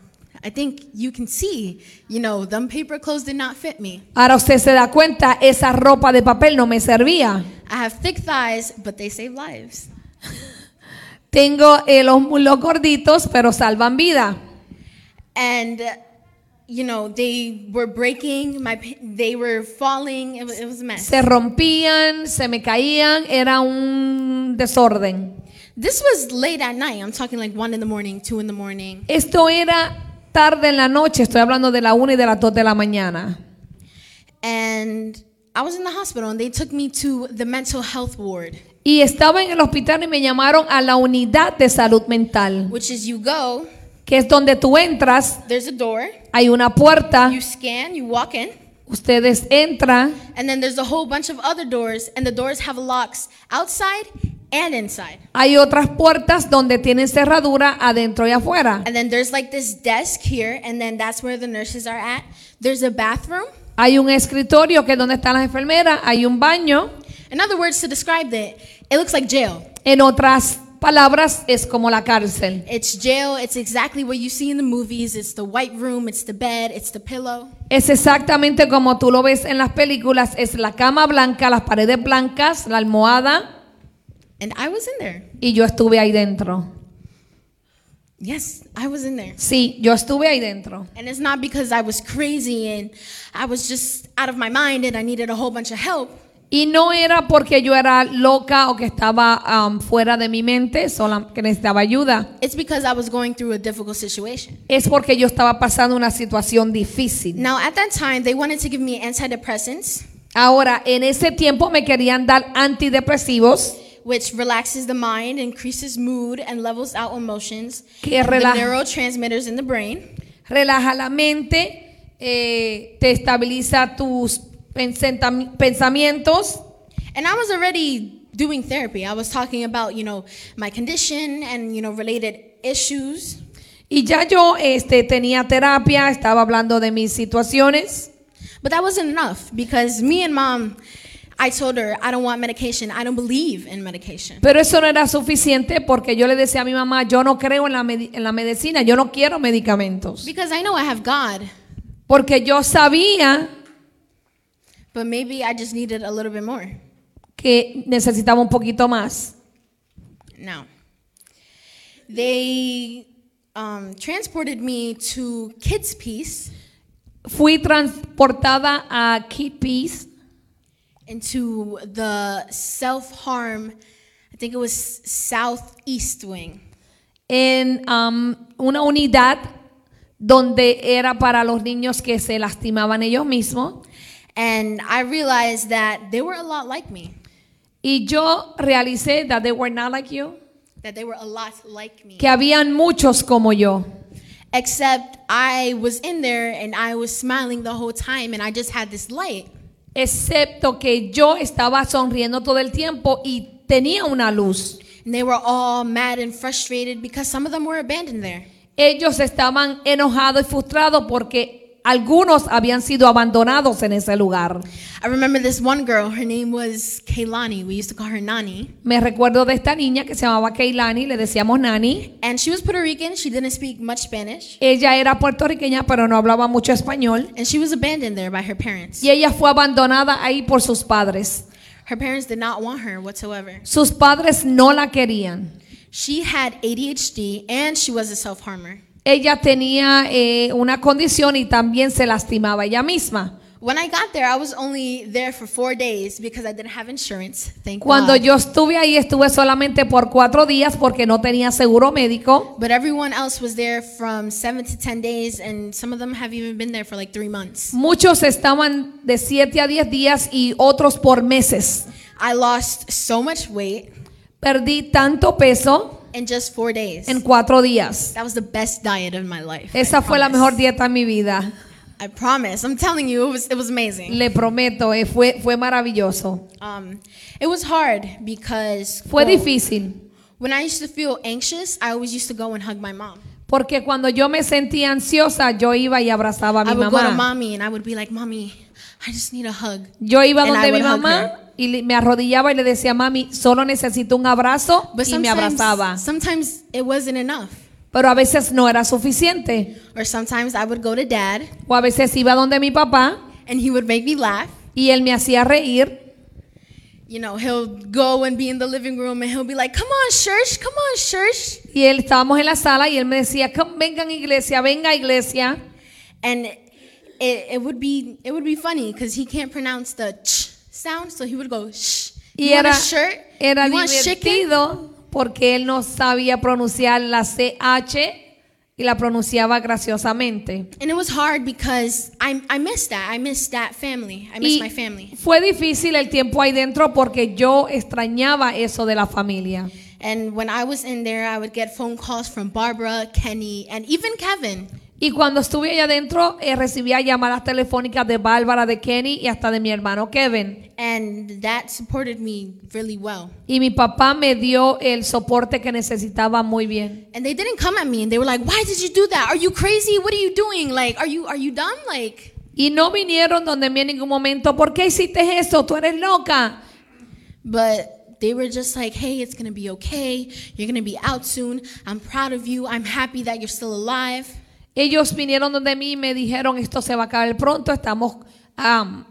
[SPEAKER 2] I think you can see, you know, them paper clothes did not fit me.
[SPEAKER 3] Ahora usted se da cuenta, esa ropa de papel no me servía.
[SPEAKER 2] I have thick thighs, but they save lives.
[SPEAKER 3] Tengo eh, los muslos gorditos, pero salvan vida.
[SPEAKER 2] And uh, you know, they were breaking my pa- they were falling. It was, it was a mess.
[SPEAKER 3] Se rompían, se me caían, era un desorden.
[SPEAKER 2] This was late at night. I'm talking like 1 in the morning, 2 in the morning.
[SPEAKER 3] Esto era tarde en la noche, estoy hablando de la 1 y de las 2 de la mañana.
[SPEAKER 2] And I was in the hospital and they took me to the mental health ward,
[SPEAKER 3] Y estaba en el hospital y me llamaron a la unidad de salud mental,
[SPEAKER 2] which is you go,
[SPEAKER 3] que es donde tú entras,
[SPEAKER 2] there's a door,
[SPEAKER 3] hay una puerta,
[SPEAKER 2] you scan, you walk in,
[SPEAKER 3] ustedes entran
[SPEAKER 2] and then there's a whole bunch of other doors and the doors have locks outside and inside.
[SPEAKER 3] hay otras puertas donde tienen cerradura adentro y afuera.
[SPEAKER 2] And then there's like this desk here and then that's where the nurses are at. There's a bathroom
[SPEAKER 3] Hay un escritorio que es donde están las enfermeras, hay un baño.
[SPEAKER 2] In other words, to describe it, it looks like jail.
[SPEAKER 3] En otras palabras, es como la cárcel.
[SPEAKER 2] It's jail. It's exactly what you see in the movies. It's the white room. It's the bed. It's the pillow.
[SPEAKER 3] Es exactamente como tú lo ves en las películas, es la cama blanca, las paredes blancas, la almohada.
[SPEAKER 2] And I was in there.
[SPEAKER 3] Y yo estuve ahí dentro.
[SPEAKER 2] Yes, I was in there.
[SPEAKER 3] Sí, yo estuve ahí dentro.
[SPEAKER 2] And it's not because I was crazy and I was just out of my mind and I needed a whole bunch of help.
[SPEAKER 3] Y no era porque yo era loca o que estaba am, fuera de mi mente, solo que necesitaba ayuda.
[SPEAKER 2] It's because I was going through a difficult situation.
[SPEAKER 3] Es porque yo estaba pasando una situación difícil.
[SPEAKER 2] Now, at that time, they wanted to give me antidepressants,
[SPEAKER 3] Ahora, en ese tiempo me querían dar antidepresivos
[SPEAKER 2] which relaxes the mind, increases mood, and levels out emotions, the
[SPEAKER 3] que relaja,
[SPEAKER 2] neurotransmitters in the brain.
[SPEAKER 3] relaja la mente, eh, te estabiliza tus pensenta- pensamientos.
[SPEAKER 2] And I was already doing therapy. I was talking about, you know, my condition and, you know, related issues.
[SPEAKER 3] Y ya yo este, tenía terapia, estaba hablando de mis situaciones.
[SPEAKER 2] But that wasn't enough because me and mom, I told her, I don't want medication. I don't believe in medication.
[SPEAKER 3] Pero eso no era suficiente porque yo le decía a mi mamá, yo no creo en la, medi- en la medicina, yo no quiero medicamentos.
[SPEAKER 2] Because I know I have God,
[SPEAKER 3] Porque yo sabía
[SPEAKER 2] but maybe I just needed a little bit more.
[SPEAKER 3] que necesitaba un poquito más.
[SPEAKER 2] No. They um, transported me to Kids Peace
[SPEAKER 3] Fui transportada a Key Peace,
[SPEAKER 2] into the self harm, I think it was Southeast Wing.
[SPEAKER 3] en am, una unidad donde era para los niños que se lastimaban ellos mismos.
[SPEAKER 2] And I realized that they were a lot like me,
[SPEAKER 3] Y yo realicé that they were not like you,
[SPEAKER 2] that they were a lot like me.
[SPEAKER 3] que habían muchos como yo.
[SPEAKER 2] Except I was in there and I was smiling the whole time and I just had this light.
[SPEAKER 3] excepto que yo estaba sonriendo todo el tiempo y tenía una luz.
[SPEAKER 2] And they were all mad and frustrated because some of them were abandoned there.
[SPEAKER 3] Ellos estaban enojados y frustrados porque algunos habían sido abandonados en ese lugar.
[SPEAKER 2] I remember this one girl, her name was Kaylani. We used to call her Nani.
[SPEAKER 3] Me recuerdo de esta niña que se llamaba Keilani, le decíamos Nani.
[SPEAKER 2] And she was Puerto Rican. She didn't speak much Spanish.
[SPEAKER 3] Ella era puertorriqueña pero no hablaba mucho español
[SPEAKER 2] And she was abandoned there by her parents.
[SPEAKER 3] y ella fue abandonada ahí por sus padres.
[SPEAKER 2] Her parents did not want her whatsoever.
[SPEAKER 3] Sus padres no la querían.
[SPEAKER 2] She had ADHD and she was a self harmer.
[SPEAKER 3] Ella tenía eh, una condición y también se lastimaba ella misma.
[SPEAKER 2] When I got there, I was only there for four days because I didn't have insurance. Thank
[SPEAKER 3] Cuando
[SPEAKER 2] God.
[SPEAKER 3] yo estuve ahí, estuve solamente por cuatro días porque no tenía seguro médico.
[SPEAKER 2] But everyone else was there from seven to 10 days, and some of them have even been there for like three months.
[SPEAKER 3] Muchos estaban de 7 a 10 días y otros por meses.
[SPEAKER 2] I lost so much weight
[SPEAKER 3] Perdí tanto peso
[SPEAKER 2] in just four days.
[SPEAKER 3] en cuatro días.
[SPEAKER 2] that was the best diet of my life. I
[SPEAKER 3] Esa fue la
[SPEAKER 2] promise.
[SPEAKER 3] mejor dieta en mi vida.
[SPEAKER 2] I promise. I'm telling you, it was, it was amazing.
[SPEAKER 3] Le prometo, eh, fue, fue maravilloso.
[SPEAKER 2] Um, it was hard because
[SPEAKER 3] Fue
[SPEAKER 2] well,
[SPEAKER 3] difícil
[SPEAKER 2] when I used to feel anxious, I always used to go and hug my mom.
[SPEAKER 3] porque cuando yo me sentía ansiosa, yo iba y abrazaba a
[SPEAKER 2] I
[SPEAKER 3] mi
[SPEAKER 2] would go to
[SPEAKER 3] mamá.
[SPEAKER 2] mommy and I would be like, Mommy, I just need a hug.
[SPEAKER 3] Yo iba
[SPEAKER 2] and I
[SPEAKER 3] donde
[SPEAKER 2] would
[SPEAKER 3] mi
[SPEAKER 2] hug
[SPEAKER 3] mamá y le- me arrodillaba y le decía, mami, solo necesito un abrazo
[SPEAKER 2] But
[SPEAKER 3] y me abrazaba.
[SPEAKER 2] sometimes, sometimes it wasn't enough.
[SPEAKER 3] Pero a veces no era suficiente.
[SPEAKER 2] Or sometimes I would go to dad
[SPEAKER 3] O a veces iba donde mi papá
[SPEAKER 2] and he would make me laugh.
[SPEAKER 3] y él me hacía reír.
[SPEAKER 2] You know, he'll go and be in the living room and he'll be like, Come on, Shirsh, come on, Shirsh.
[SPEAKER 3] Y él estábamos en la sala y él me decía, "Come, vengan iglesia, venga iglesia.
[SPEAKER 2] And it, it would be it would be funny because he can't pronounce the ch sound, so he would go shh.
[SPEAKER 3] Y
[SPEAKER 2] you want
[SPEAKER 3] era,
[SPEAKER 2] a shirt?
[SPEAKER 3] era
[SPEAKER 2] you want chicken?
[SPEAKER 3] divertido porque él no sabía pronunciar la CH y la pronunciaba graciosamente.
[SPEAKER 2] And it was hard because I I missed that. I missed that family. I missed
[SPEAKER 3] Y
[SPEAKER 2] my family.
[SPEAKER 3] fue difícil el tiempo ahí dentro porque yo extrañaba eso de la familia.
[SPEAKER 2] And when I was in there, I would get phone calls from Barbara, Kenny, and even Kevin.
[SPEAKER 3] Y cuando estuve allá adentro, eh, recibía llamadas telefónicas de Bárbara, de Kenny y hasta de mi hermano Kevin.
[SPEAKER 2] And that supported me really well.
[SPEAKER 3] Y mi papá me dio el soporte que necesitaba muy bien.
[SPEAKER 2] And they didn't come at me and they were like, "Why did you do that? Are you crazy? What are you doing? Like, are you are you dumb? Like,
[SPEAKER 3] Y no vinieron donde mí en ningún momento. ¿Por qué hiciste eso? Tú eres loca.
[SPEAKER 2] but they were just like, "Hey, it's going to be okay. You're going to be out soon. I'm proud of you. I'm happy that you're still alive."
[SPEAKER 3] Ellos vinieron donde mí y me dijeron, esto se va a acabar pronto, estamos am,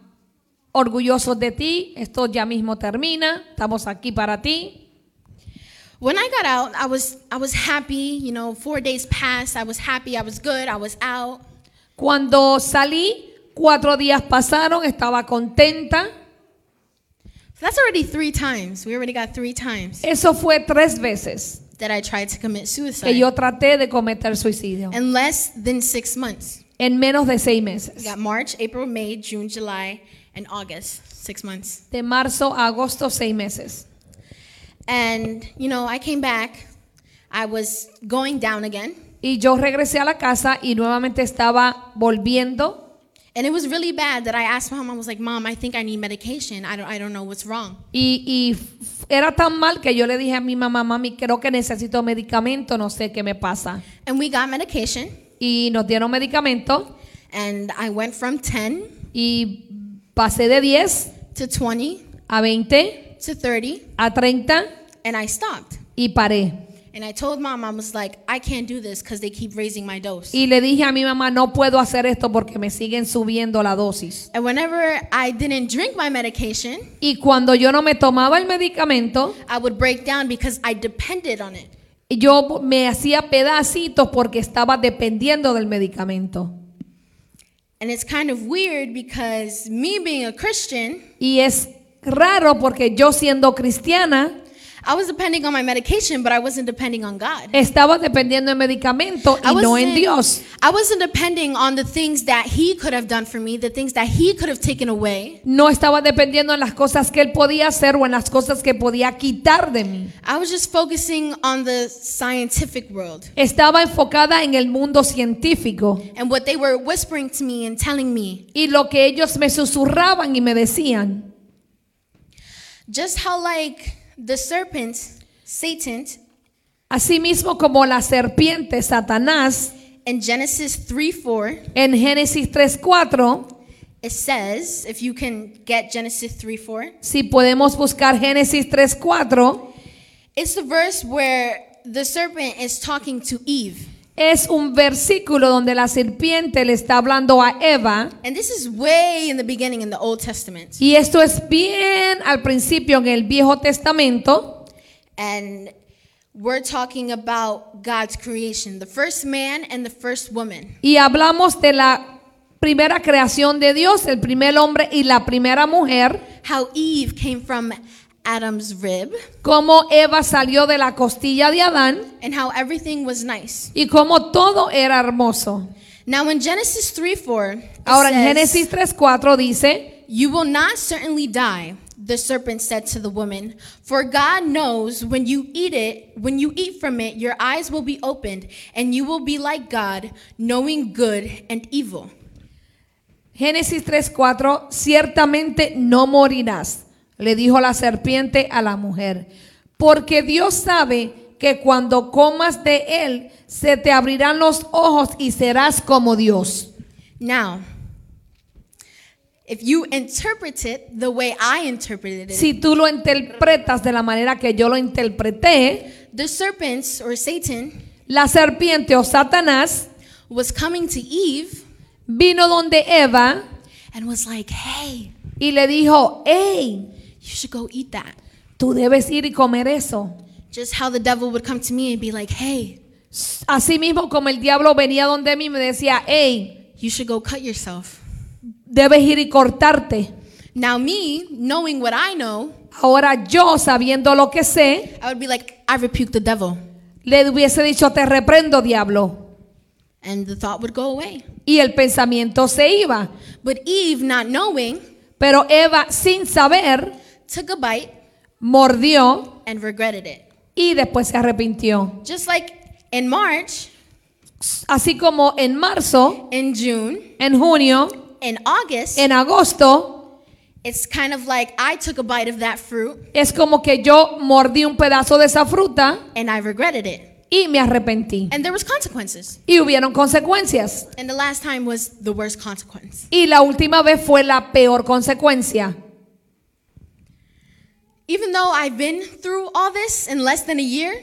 [SPEAKER 3] orgullosos de ti, esto ya mismo termina, estamos aquí para ti.
[SPEAKER 2] When I got out, I was I was happy, you know, 4 days passed. I was happy. I was good. I was out.
[SPEAKER 3] Cuando salí, cuatro días pasaron, estaba contenta.
[SPEAKER 2] That's already 3 times. We already got 3 times
[SPEAKER 3] Eso fue tres veces
[SPEAKER 2] that I tried to commit
[SPEAKER 3] que
[SPEAKER 2] suicide.
[SPEAKER 3] yo traté de cometer suicidio
[SPEAKER 2] In less than 6 months.
[SPEAKER 3] en menos de seis meses.
[SPEAKER 2] We got March, April, May, June, July, and August. 6 months.
[SPEAKER 3] De marzo a agosto, seis meses.
[SPEAKER 2] And, you know, I came back. I was going down again.
[SPEAKER 3] Y yo regresé a la casa y nuevamente estaba volviendo.
[SPEAKER 2] And it was really bad that I asked my mom, I was like, Mom, I think I need medication. I don't, I don't know what's wrong.
[SPEAKER 3] Y, y f- era tan mal que yo le dije a mi mamá, mami, creo que necesito medicamento, no sé qué me pasa.
[SPEAKER 2] And we got medication.
[SPEAKER 3] Y nos dieron medicamento
[SPEAKER 2] And I went from 10
[SPEAKER 3] y pasé de 10
[SPEAKER 2] to 20
[SPEAKER 3] a 20,
[SPEAKER 2] to 30,
[SPEAKER 3] a 30
[SPEAKER 2] and I stopped.
[SPEAKER 3] y paré.
[SPEAKER 2] And I told mom, I was like, I can't do this because they keep raising my dose.
[SPEAKER 3] Y le dije a mi mamá, no puedo hacer esto porque me siguen subiendo la dosis.
[SPEAKER 2] And whenever I didn't drink my medication,
[SPEAKER 3] Y cuando yo no me tomaba el medicamento,
[SPEAKER 2] I would break down because I depended on it.
[SPEAKER 3] yo me hacía pedacitos porque estaba dependiendo del medicamento.
[SPEAKER 2] And it's kind of weird because me being a Christian,
[SPEAKER 3] Y es raro porque yo siendo cristiana,
[SPEAKER 2] I was depending on my medication, but I wasn't depending on God.
[SPEAKER 3] estaba dependiendo del medicamento
[SPEAKER 2] I
[SPEAKER 3] y no en
[SPEAKER 2] wasn't-
[SPEAKER 3] Dios.
[SPEAKER 2] I wasn't depending on the things that He could have done for me, the things that He could have taken away.
[SPEAKER 3] No estaba dependiendo en las cosas que él podía hacer o en las cosas que podía quitar de mí.
[SPEAKER 2] I was just focusing on the scientific world
[SPEAKER 3] Estaba enfocada en el mundo científico
[SPEAKER 2] and what they were whispering to me and telling me
[SPEAKER 3] y lo que ellos me susurraban y me decían.
[SPEAKER 2] just how, like, the serpent, Satan,
[SPEAKER 3] Asimismo como la serpiente Satanás
[SPEAKER 2] in Genesis 3 4,
[SPEAKER 3] en Génesis 3:4,
[SPEAKER 2] it says, if you can get Genesis 3 4,
[SPEAKER 3] si podemos buscar Génesis 3:4,
[SPEAKER 2] it's the verse where the serpent is talking to Eve.
[SPEAKER 3] es un versículo donde la serpiente le está hablando a Eva
[SPEAKER 2] And this is way in the beginning in the Old Testament.
[SPEAKER 3] y esto es bien al principio en el Viejo Testamento
[SPEAKER 2] And we're talking about God's creation, the first man and the first woman.
[SPEAKER 3] y hablamos de la primera creación de Dios, el primer hombre y la primera mujer,
[SPEAKER 2] How Eve came from Adam's rib
[SPEAKER 3] cómo Eva salió de la costilla de Adán
[SPEAKER 2] and how everything was nice.
[SPEAKER 3] y cómo todo era hermoso.
[SPEAKER 2] Now in Genesis 3 4, it
[SPEAKER 3] Ahora en
[SPEAKER 2] says,
[SPEAKER 3] Génesis 3:4 dice
[SPEAKER 2] You will not certainly die, the serpent said to the woman, for God knows when you eat it, when you eat from it, your eyes will be opened, and you will be like God, knowing good and evil.
[SPEAKER 3] Génesis 3:4, ciertamente no morirás, le dijo la serpiente a la mujer, porque Dios sabe que cuando comas de él, se te abrirán los ojos y serás como Dios.
[SPEAKER 2] Now, if you interpret it the way I interpreted it,
[SPEAKER 3] Si tú lo interpretas de la manera que yo lo interpreté,
[SPEAKER 2] the serpent or Satan
[SPEAKER 3] la serpiente o Satanás
[SPEAKER 2] was coming to Eve
[SPEAKER 3] vino donde Eva
[SPEAKER 2] and was like, hey,
[SPEAKER 3] y le dijo, hey,
[SPEAKER 2] you should go eat that.
[SPEAKER 3] tú debes ir y comer eso.
[SPEAKER 2] Just how the devil would come to me and be like, hey,
[SPEAKER 3] Así mismo como el diablo venía donde mí y me decía, hey,
[SPEAKER 2] you should go cut yourself.
[SPEAKER 3] debes ir y cortarte.
[SPEAKER 2] Now, me, knowing what I know,
[SPEAKER 3] Ahora yo, sabiendo lo que sé,
[SPEAKER 2] I would be like, I rebuke the devil.
[SPEAKER 3] le hubiese dicho, te reprendo, diablo.
[SPEAKER 2] And the thought would go away.
[SPEAKER 3] Y el pensamiento se iba.
[SPEAKER 2] But Eve, not knowing,
[SPEAKER 3] Pero Eva, sin saber,
[SPEAKER 2] took a bite
[SPEAKER 3] mordió
[SPEAKER 2] and regretted it.
[SPEAKER 3] y después se arrepintió.
[SPEAKER 2] Just like in March,
[SPEAKER 3] Así como en marzo,
[SPEAKER 2] in June,
[SPEAKER 3] en junio,
[SPEAKER 2] in August,
[SPEAKER 3] en agosto,
[SPEAKER 2] it's kind of like I took a bite of that fruit
[SPEAKER 3] es como que yo mordí un pedazo de esa fruta
[SPEAKER 2] and I regretted it.
[SPEAKER 3] y me arrepentí.
[SPEAKER 2] And there was consequences.
[SPEAKER 3] Y hubieron consecuencias.
[SPEAKER 2] And the last time was the worst consequence.
[SPEAKER 3] Y la última vez fue la peor consecuencia.
[SPEAKER 2] Even though I've been through all this in less than a year,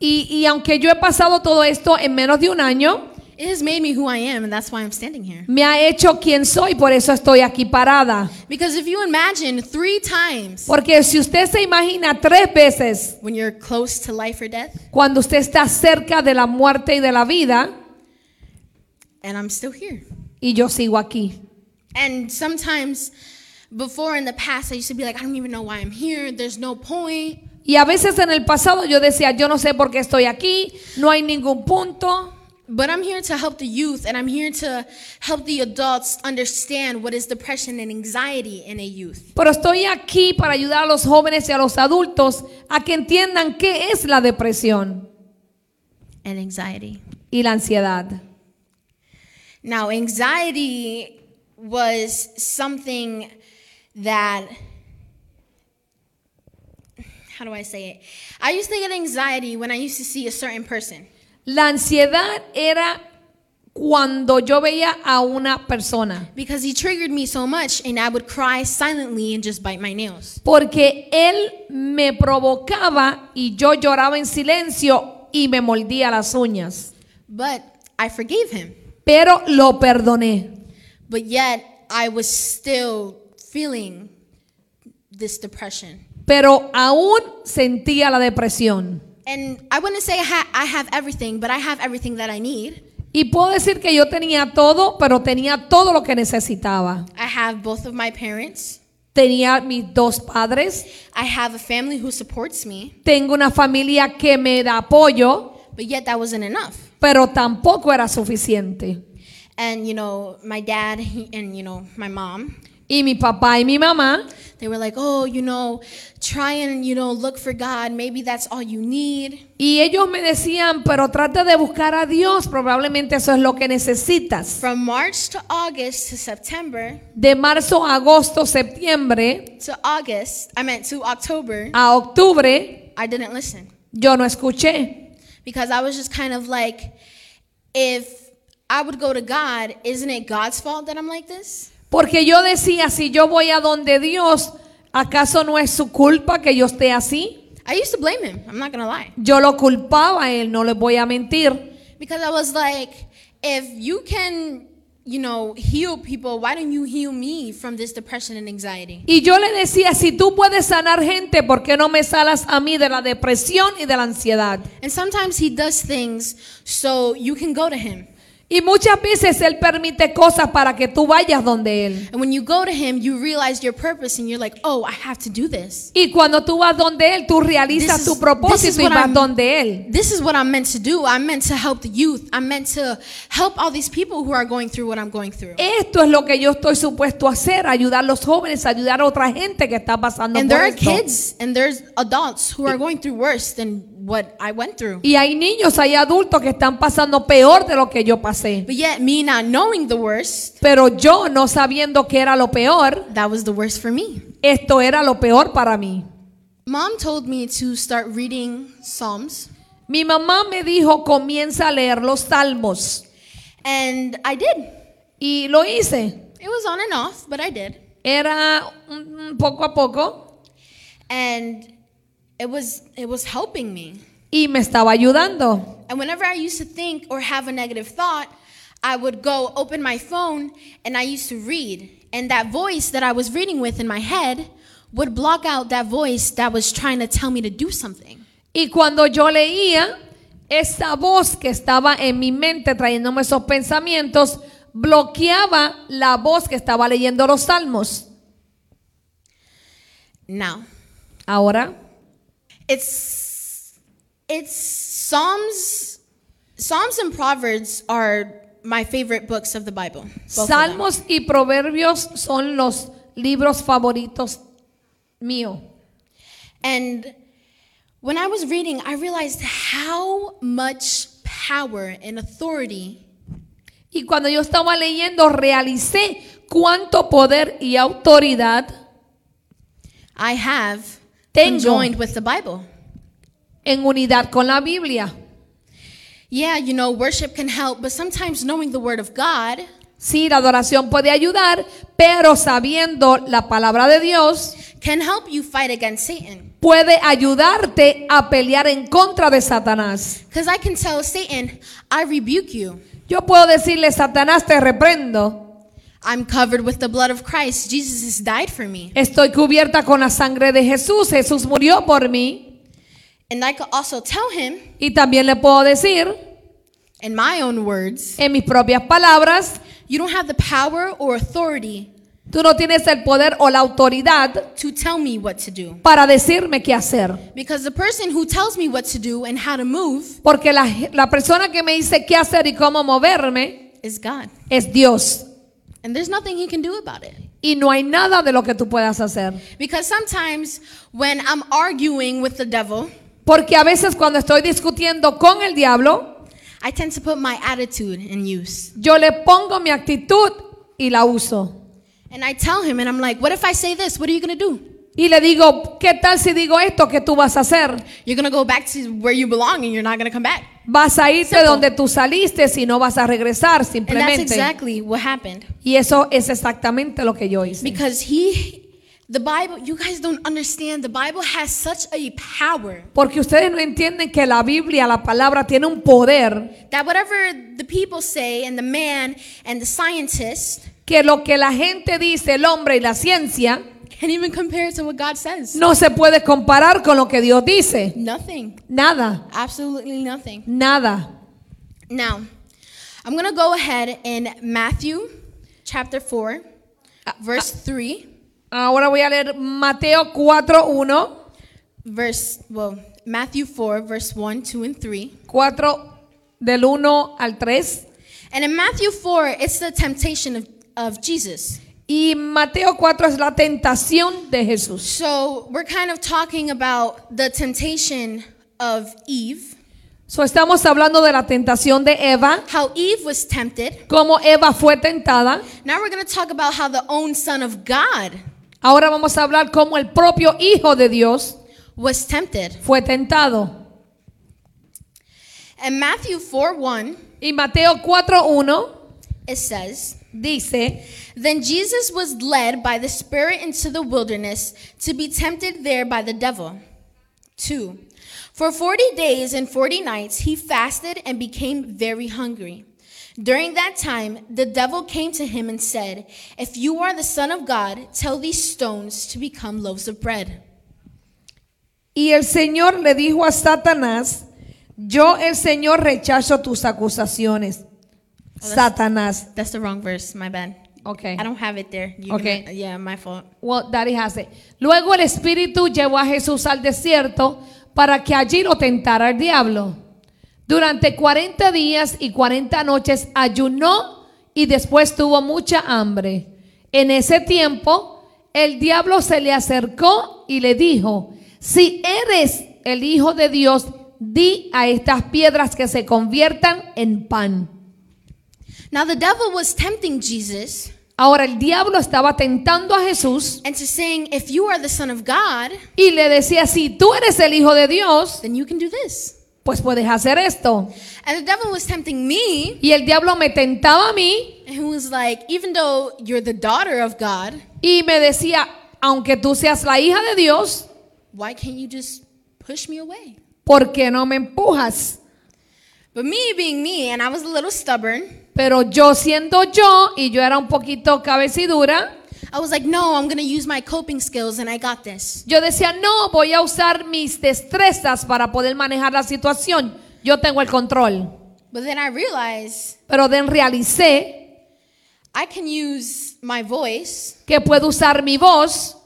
[SPEAKER 3] Y, y aunque yo he pasado todo esto en menos de un año,
[SPEAKER 2] it has made me who I am, and that's why I'm standing here.
[SPEAKER 3] me ha hecho quien soy, por eso estoy aquí parada.
[SPEAKER 2] Because if you imagine three times
[SPEAKER 3] Porque si usted se imagina tres veces
[SPEAKER 2] when you're close to life or death,
[SPEAKER 3] cuando usted está cerca de la muerte y de la vida,
[SPEAKER 2] and I'm still here.
[SPEAKER 3] y yo sigo aquí.
[SPEAKER 2] And sometimes before in the past, I used to be like, I don't even know why I'm here. There's no point.
[SPEAKER 3] Y a veces en el pasado yo decía, yo no sé por qué estoy aquí, no hay ningún punto,
[SPEAKER 2] But I'm here to help the youth and I'm here to help the adults understand what is depression and anxiety in a youth.
[SPEAKER 3] pero estoy aquí para ayudar a los jóvenes y a los adultos a que entiendan qué es la depresión
[SPEAKER 2] And anxiety.
[SPEAKER 3] y la ansiedad.
[SPEAKER 2] Now, anxiety was something that. How do I say it? I used to get anxiety when I used to see a certain person.
[SPEAKER 3] La ansiedad era cu- cuando yo veía a una persona.
[SPEAKER 2] because he triggered me so much and I would cry silently and just bite my nails
[SPEAKER 3] Porque él me provocaba y yo lloraba en silencio y me mordía las uñas.
[SPEAKER 2] but I forgave him
[SPEAKER 3] Pero lo perdoné.
[SPEAKER 2] but yet I was still feeling this depression
[SPEAKER 3] Pero aún sentía la depresión.
[SPEAKER 2] and I wouldn't say I, ha- I have everything but I have everything that I need
[SPEAKER 3] Y puedo decir que yo tenía todo, pero tenía todo lo que necesitaba.
[SPEAKER 2] I have both of my parents
[SPEAKER 3] Tenía mis dos padres,
[SPEAKER 2] I have a family who supports me
[SPEAKER 3] tengo una familia que me da apoyo,
[SPEAKER 2] but yet that wasn't enough
[SPEAKER 3] pero tampoco era suficiente.
[SPEAKER 2] and you know my dad he, and you know my mom
[SPEAKER 3] Y mi papá y mi mamá
[SPEAKER 2] They were like, oh, you know, try and, you know, look for God. Maybe that's all you need.
[SPEAKER 3] Y ellos me decían, pero trata de buscar a Dios, probablemente eso es lo que necesitas.
[SPEAKER 2] From March to August to September
[SPEAKER 3] De marzo a agosto, septiembre
[SPEAKER 2] to August, I meant to October,
[SPEAKER 3] a octubre,
[SPEAKER 2] I didn't listen
[SPEAKER 3] yo no escuché.
[SPEAKER 2] because I was just kind of like, if I would go to God, isn't it God's fault that I'm like this?
[SPEAKER 3] Porque yo decía, si yo voy a donde Dios, ¿acaso no es su culpa que yo esté así?
[SPEAKER 2] I used to blame him. I'm not going to lie.
[SPEAKER 3] Yo lo culpaba a él, no les voy a mentir.
[SPEAKER 2] Because I was like, if you can, you know, heal people, why don't you heal me from this depression and anxiety?
[SPEAKER 3] Y yo le decía, si tú puedes sanar gente, ¿por qué no me salas a mí de la depresión y de la ansiedad?
[SPEAKER 2] And sometimes he does things so you can go to him.
[SPEAKER 3] Y muchas veces Él permite cosas para que tú vayas donde Él.
[SPEAKER 2] And when you go to him, you realize your purpose and you're like, oh, I have to do this.
[SPEAKER 3] Y cuando tú vas donde Él, tú realizas
[SPEAKER 2] This
[SPEAKER 3] tu
[SPEAKER 2] is- this
[SPEAKER 3] propósito
[SPEAKER 2] is
[SPEAKER 3] y
[SPEAKER 2] what
[SPEAKER 3] vas
[SPEAKER 2] I'm-
[SPEAKER 3] donde Él.
[SPEAKER 2] This is what I'm meant to do. I'm meant to help the youth. I'm meant to help all these people who are going through what I'm going through.
[SPEAKER 3] Esto es lo que yo estoy supuesto a hacer, ayudar a los jóvenes, ayudar a otra gente que está pasando
[SPEAKER 2] And
[SPEAKER 3] por
[SPEAKER 2] there are
[SPEAKER 3] esto.
[SPEAKER 2] kids and there's adults
[SPEAKER 3] Eh.
[SPEAKER 2] who are going through worse than what I went through.
[SPEAKER 3] Y hay niños, hay adultos que están pasando peor de lo que yo pasé.
[SPEAKER 2] But yet, me not knowing the worst,
[SPEAKER 3] Pero yo, no sabiendo que era lo peor,
[SPEAKER 2] that was the worst for me.
[SPEAKER 3] esto era lo peor para mí.
[SPEAKER 2] Mom told me to start reading Psalms,
[SPEAKER 3] Mi mamá me dijo, comienza a leer los salmos.
[SPEAKER 2] and I did.
[SPEAKER 3] Y lo hice.
[SPEAKER 2] It was on and off, but I did.
[SPEAKER 3] Era un- un poco a poco.
[SPEAKER 2] and it was it was helping me
[SPEAKER 3] y me estaba ayudando.
[SPEAKER 2] and whenever i used to think or have a negative thought i would go open my phone and i used to read and that voice that i was reading with in my head would block out that voice that was trying to tell me to do something
[SPEAKER 3] Y cuando yo leía, esa voz que estaba en mi mente trayéndome esos pensamientos, bloqueaba la voz que estaba leyendo los salmos.
[SPEAKER 2] now
[SPEAKER 3] Ahora,
[SPEAKER 2] it's it's psalms psalms and proverbs are my favorite books of the bible both of them.
[SPEAKER 3] salmos y proverbios son los libros favoritos mío.
[SPEAKER 2] And when I was reading, I realized how much power and authority
[SPEAKER 3] Y cuando yo estaba leyendo, realicé cuánto poder y autoridad
[SPEAKER 2] I have
[SPEAKER 3] Tengo.
[SPEAKER 2] conjoined with the Bible.
[SPEAKER 3] en unidad con la Biblia.
[SPEAKER 2] Yeah, you know, worship can help, but sometimes knowing the Word of God
[SPEAKER 3] Sí, la adoración puede ayudar, pero sabiendo la palabra de Dios,
[SPEAKER 2] can help you fight against Satan.
[SPEAKER 3] puede ayudarte a pelear en contra de Satanás.
[SPEAKER 2] Because I can tell Satan, I rebuke you.
[SPEAKER 3] Yo puedo decirle, Satanás, te reprendo.
[SPEAKER 2] I'm covered with the blood of Christ. Jesus has died for me.
[SPEAKER 3] Estoy cubierta con la sangre de Jesús. Jesús murió por mí.
[SPEAKER 2] And I could also tell him,
[SPEAKER 3] Y también le puedo decir,
[SPEAKER 2] in my own words,
[SPEAKER 3] en mis propias palabras,
[SPEAKER 2] you don't have the power or authority
[SPEAKER 3] tú no tienes el poder o la autoridad
[SPEAKER 2] to tell me what to do.
[SPEAKER 3] para decirme qué hacer.
[SPEAKER 2] Because the person who tells me what to do and how to move
[SPEAKER 3] Porque la, la persona que me dice qué hacer y cómo moverme
[SPEAKER 2] is God.
[SPEAKER 3] es Dios.
[SPEAKER 2] And there's nothing he can do about it.
[SPEAKER 3] Y no hay nada de lo que tú puedas hacer.
[SPEAKER 2] Because sometimes when I'm arguing with the devil,
[SPEAKER 3] Porque a veces cuando estoy discutiendo con el diablo,
[SPEAKER 2] I tend to put my attitude in use.
[SPEAKER 3] Yo le pongo mi actitud y la uso.
[SPEAKER 2] And I tell him, and I'm like, what if I say this? What are you going to do?
[SPEAKER 3] y le digo, ¿qué tal si digo esto que tú vas a hacer?
[SPEAKER 2] You're going to go back to where you belong and you're not going to come back.
[SPEAKER 3] Vas a irte
[SPEAKER 2] Simple.
[SPEAKER 3] donde tú saliste y no vas a
[SPEAKER 2] And
[SPEAKER 3] regresar
[SPEAKER 2] that's
[SPEAKER 3] simplemente.
[SPEAKER 2] exactly what happened.
[SPEAKER 3] Y eso es exactamente lo que yo hice.
[SPEAKER 2] Because he, the Bible, you guys don't understand, the Bible has such a power
[SPEAKER 3] Porque ustedes no entienden que la Biblia, la palabra, tiene un poder
[SPEAKER 2] that whatever the people say and the man and the scientist
[SPEAKER 3] que lo que la gente dice, el hombre y la ciencia,
[SPEAKER 2] can't even compare to what God says.
[SPEAKER 3] no se puede comparar con lo que Dios dice.
[SPEAKER 2] Nothing.
[SPEAKER 3] Nada,
[SPEAKER 2] Absolutely nothing.
[SPEAKER 3] nada.
[SPEAKER 2] Now, I'm going to go ahead in Matthew chapter 4, verse 3,
[SPEAKER 3] Ahora voy a leer Mateo 4.1.
[SPEAKER 2] verse, well, Matthew 4, verse 1, 2, and 3.
[SPEAKER 3] 4 del 1 al 3.
[SPEAKER 2] And in Matthew 4, it's the temptation of, of Jesus.
[SPEAKER 3] Y Mateo 4 es la tentación de Jesús.
[SPEAKER 2] So we're kind of talking about the temptation of Eve,
[SPEAKER 3] So, estamos hablando de la tentación de Eva,
[SPEAKER 2] how Eve was tempted.
[SPEAKER 3] cómo Eva fue tentada.
[SPEAKER 2] Now we're going to talk about how the own son of God
[SPEAKER 3] Ahora vamos a hablar cómo el propio Hijo de Dios
[SPEAKER 2] was tempted.
[SPEAKER 3] fue tentado.
[SPEAKER 2] And Matthew 4, 1,
[SPEAKER 3] Y Mateo 4.1
[SPEAKER 2] it says,
[SPEAKER 3] dice,
[SPEAKER 2] Then Jesus was led by the Spirit into the wilderness to be tempted there by the devil. 2. For 40 days and 40 nights he fasted and became very hungry. During that time, the devil came to him and said, If you are the Son of God, tell these stones to become loaves of bread.
[SPEAKER 3] y el Señor le dijo a Satanás, yo el Señor rechazo tus acusaciones. Satanás.
[SPEAKER 2] That's the wrong verse, my bad.
[SPEAKER 3] Okay.
[SPEAKER 2] I don't have it there. You can-
[SPEAKER 3] Okay.
[SPEAKER 2] yeah, my fault.
[SPEAKER 3] Well, that he has it. Luego el Espíritu llevó a Jesús al desierto para que allí lo tentara el diablo. Durante 40 días y 40 noches ayunó y después tuvo mucha hambre. En ese tiempo, el diablo se le acercó y le dijo, si eres el Hijo de Dios, di a estas piedras que se conviertan en pan.
[SPEAKER 2] Now, the devil was tempting Jesus
[SPEAKER 3] Ahora el diablo estaba tentando a Jesús
[SPEAKER 2] and to saying, If you are the Son of God,
[SPEAKER 3] y le decía, si tú eres el Hijo de Dios,
[SPEAKER 2] then you can do this.
[SPEAKER 3] pues puedes hacer esto.
[SPEAKER 2] And the devil was tempting me,
[SPEAKER 3] Y el diablo me tentaba a mí
[SPEAKER 2] and he was like, even though you're the daughter of God,
[SPEAKER 3] y me decía, aunque tú seas la hija de Dios,
[SPEAKER 2] why can't you just push me away?
[SPEAKER 3] ¿por qué no me empujas?
[SPEAKER 2] But me being me, and I was a little stubborn,
[SPEAKER 3] Pero yo siendo yo y yo era un poquito cabecidura,
[SPEAKER 2] I was like, no, I'm gonna use my coping skills and I got this.
[SPEAKER 3] yo decía, no, voy a usar mis destrezas para poder manejar la situación. Yo tengo el control.
[SPEAKER 2] But then I realized
[SPEAKER 3] Pero de realicé
[SPEAKER 2] I can use my voice
[SPEAKER 3] que puedo usar mi voz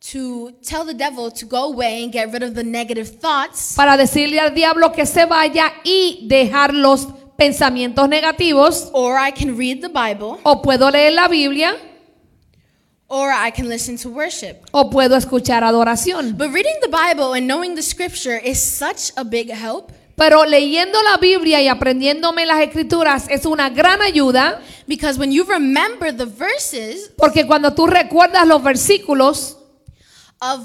[SPEAKER 2] to tell the devil to go away and get rid of the negative thoughts
[SPEAKER 3] para decirle al diablo que se vaya y dejar los pensamientos negativos.
[SPEAKER 2] or I can read the Bible,
[SPEAKER 3] O puedo leer la Biblia
[SPEAKER 2] or I can listen to worship.
[SPEAKER 3] o puedo escuchar adoración.
[SPEAKER 2] But reading the Bible and knowing the scripture is such a big help
[SPEAKER 3] Pero leyendo la Biblia y aprendiéndome las escrituras es una gran ayuda
[SPEAKER 2] Because when you remember the verses
[SPEAKER 3] porque cuando tú recuerdas los versículos,
[SPEAKER 2] of,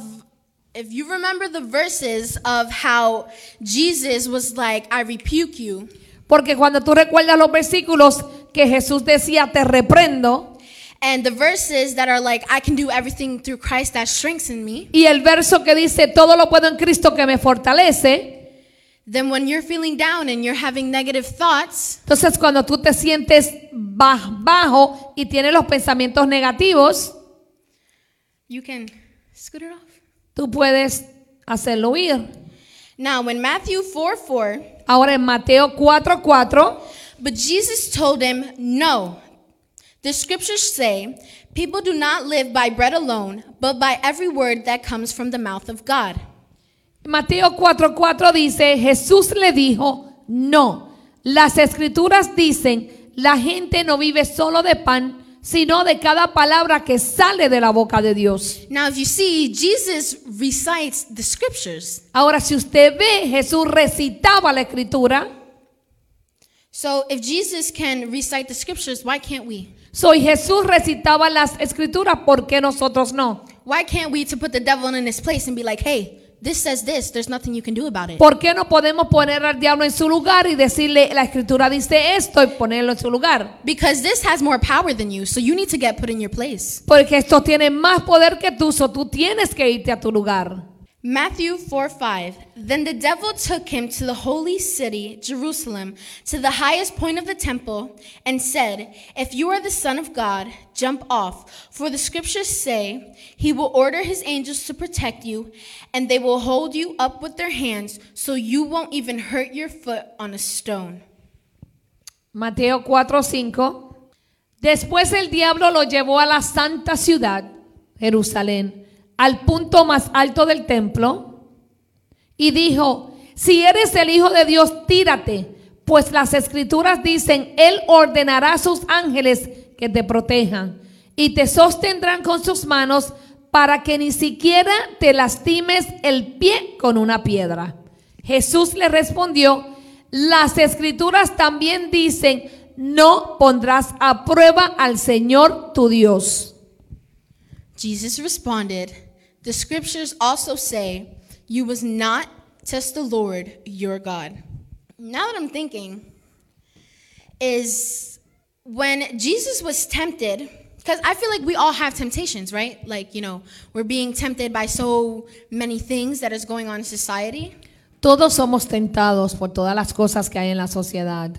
[SPEAKER 2] if you remember the verses of how Jesus was like, I rebuke you,
[SPEAKER 3] porque cuando tú recuerdas los versículos que Jesús decía, te reprendo,
[SPEAKER 2] and the verses that are like, I can do everything through Christ that shrinks in me,
[SPEAKER 3] y el verso que dice, todo lo puedo en Cristo que me fortalece,
[SPEAKER 2] then when you're feeling down and you're having negative thoughts,
[SPEAKER 3] entonces cuando tú te sientes baj- bajo y tienes los pensamientos negativos,
[SPEAKER 2] you can scoot it off.
[SPEAKER 3] tú puedes hacerlo huir.
[SPEAKER 2] Now, when Matthew 4 4,
[SPEAKER 3] Ahora en Mateo 4:4.
[SPEAKER 2] But Jesus told him, No. The scriptures say, People do not live by bread alone, but by every word that comes from the mouth of God.
[SPEAKER 3] Mateo 4:4 dice, Jesús le dijo, no, las escrituras dicen, la gente no vive solo de pan, sino de cada palabra que sale de la boca de Dios.
[SPEAKER 2] Now, if you see, Jesus recites the scriptures.
[SPEAKER 3] Ahora, si usted ve, Jesús recitaba la escritura,
[SPEAKER 2] So if Jesus can recite the scriptures, why can't we?
[SPEAKER 3] Soy Jesús recitaba las escrituras, ¿por qué nosotros no?
[SPEAKER 2] Why can't we to put the devil in his place and be like, hey, this says this, there's nothing you can do about it?
[SPEAKER 3] ¿Por qué no podemos poner al diablo en su lugar y decirle la escritura dice esto y ponerlo en su lugar?
[SPEAKER 2] Because this has more power than you, so you need to get put in your place.
[SPEAKER 3] Porque esto tiene más poder que tú, so tú tienes que irte a tu lugar.
[SPEAKER 2] Matthew 4 5. Then the devil took him to the holy city, Jerusalem, to the highest point of the temple, and said, If you are the Son of God, jump off. For the scriptures say, He will order His angels to protect you, and they will hold you up with their hands, so you won't even hurt your foot on a stone.
[SPEAKER 3] Mateo 4:5. Después el diablo lo llevó a la santa ciudad, Jerusalén, al punto más alto del templo, y dijo, si eres el Hijo de Dios, tírate, pues las escrituras dicen, Él ordenará a sus ángeles que te protejan, y te sostendrán con sus manos para que ni siquiera te lastimes el pie con una piedra. Jesús le respondió, las escrituras también dicen, no pondrás a prueba al Señor tu Dios.
[SPEAKER 2] Jesus responded, The scriptures also say, You must not test the Lord your God. Now that I'm thinking, is when Jesus was tempted, because I feel like we all have temptations, right? Like, you know, we're being tempted by so many things that is going on in society,
[SPEAKER 3] Todos somos tentados por todas las cosas que hay en la sociedad.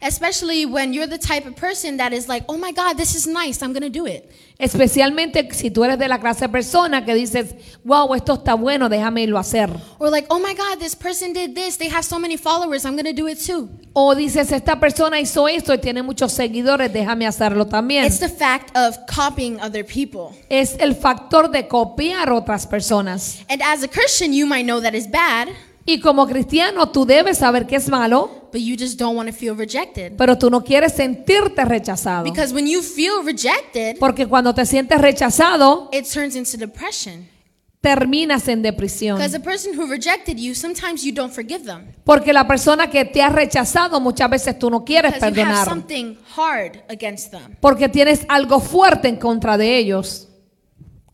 [SPEAKER 2] especially when you're the type of person that is like, Oh my God, this is nice, I'm gonna do it.
[SPEAKER 3] Especialmente si tú eres de la clase de persona que dices, wow, esto está bueno, déjame irlo a hacer.
[SPEAKER 2] Or like, Oh my God, this person did this, they have so many followers, I'm gonna do it too.
[SPEAKER 3] O dices, esta persona hizo esto y tiene muchos seguidores, déjame hacerlo también.
[SPEAKER 2] It's the fact of copying other people.
[SPEAKER 3] es el factor de copiar otras personas.
[SPEAKER 2] And as a Christian, you might know that is bad,
[SPEAKER 3] Y como cristiano, tú debes saber que es malo,
[SPEAKER 2] but you just don't want to feel rejected.
[SPEAKER 3] pero tú no quieres sentirte rechazado.
[SPEAKER 2] Because when you feel rejected,
[SPEAKER 3] Porque cuando te sientes rechazado,
[SPEAKER 2] it turns into depression.
[SPEAKER 3] terminas en depresión.
[SPEAKER 2] Because the person who rejected you, sometimes you don't forgive them.
[SPEAKER 3] Porque la persona que te ha rechazado muchas veces tú no quieres
[SPEAKER 2] Because you have
[SPEAKER 3] perdonar.
[SPEAKER 2] something hard against them,
[SPEAKER 3] Porque tienes algo fuerte en contra de ellos,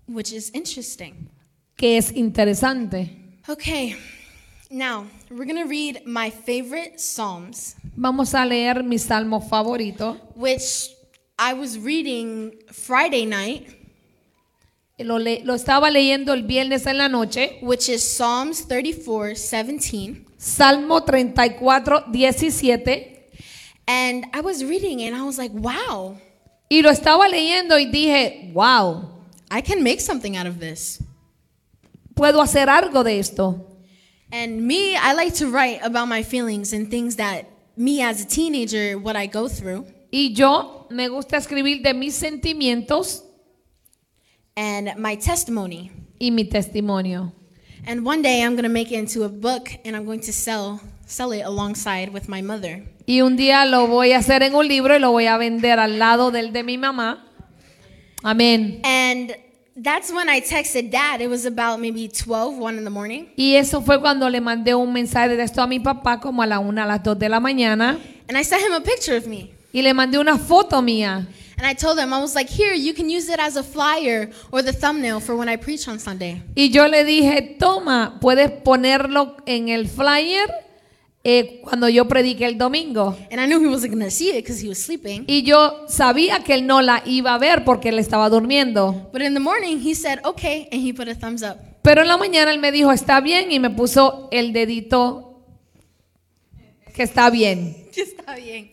[SPEAKER 2] which is interesting.
[SPEAKER 3] que es interesante.
[SPEAKER 2] Okay, now we're going to read my favorite Psalms,
[SPEAKER 3] Vamos a leer mi salmo favorito.
[SPEAKER 2] which I was reading Friday night,
[SPEAKER 3] Lo, le- lo estaba leyendo el viernes en la noche.
[SPEAKER 2] which is Psalms 34 17.
[SPEAKER 3] Salmo 34, 17.
[SPEAKER 2] And I was reading it and I was like, wow,
[SPEAKER 3] Y lo estaba leyendo y dije, wow,
[SPEAKER 2] I can make something out of this.
[SPEAKER 3] puedo hacer algo de esto.
[SPEAKER 2] And me, I like to write about my feelings and things that me as a teenager, what I go through.
[SPEAKER 3] Y yo me gusta escribir de mis sentimientos
[SPEAKER 2] And my testimony.
[SPEAKER 3] y mi testimonio.
[SPEAKER 2] And one day I'm gonna make it into a book and I'm going to sell sell it alongside with my mother.
[SPEAKER 3] Y un día lo voy a hacer en un libro y lo voy a vender al lado del de mi mamá. Amén.
[SPEAKER 2] And that's when I texted dad. It was about maybe 12, 1 in the morning.
[SPEAKER 3] Y eso fue cuando le mandé un mensaje de esto a mi papá como a la una, a las dos de la mañana.
[SPEAKER 2] And I sent him a picture of me.
[SPEAKER 3] Y le mandé una foto mía.
[SPEAKER 2] And I told him, I was like, here, you can use it as a flyer or the thumbnail for when I preach on Sunday.
[SPEAKER 3] Y yo le dije, toma, puedes ponerlo en el flyer eh, cuando yo predique el domingo.
[SPEAKER 2] And I knew he wasn't gonna see it because he was sleeping.
[SPEAKER 3] Y yo sabía que él no la iba a ver porque él estaba durmiendo.
[SPEAKER 2] But in the morning, he said, okay, and he put a thumbs up.
[SPEAKER 3] Pero en la mañana él me dijo, está bien, y me puso el dedito que está bien.
[SPEAKER 2] Just studying.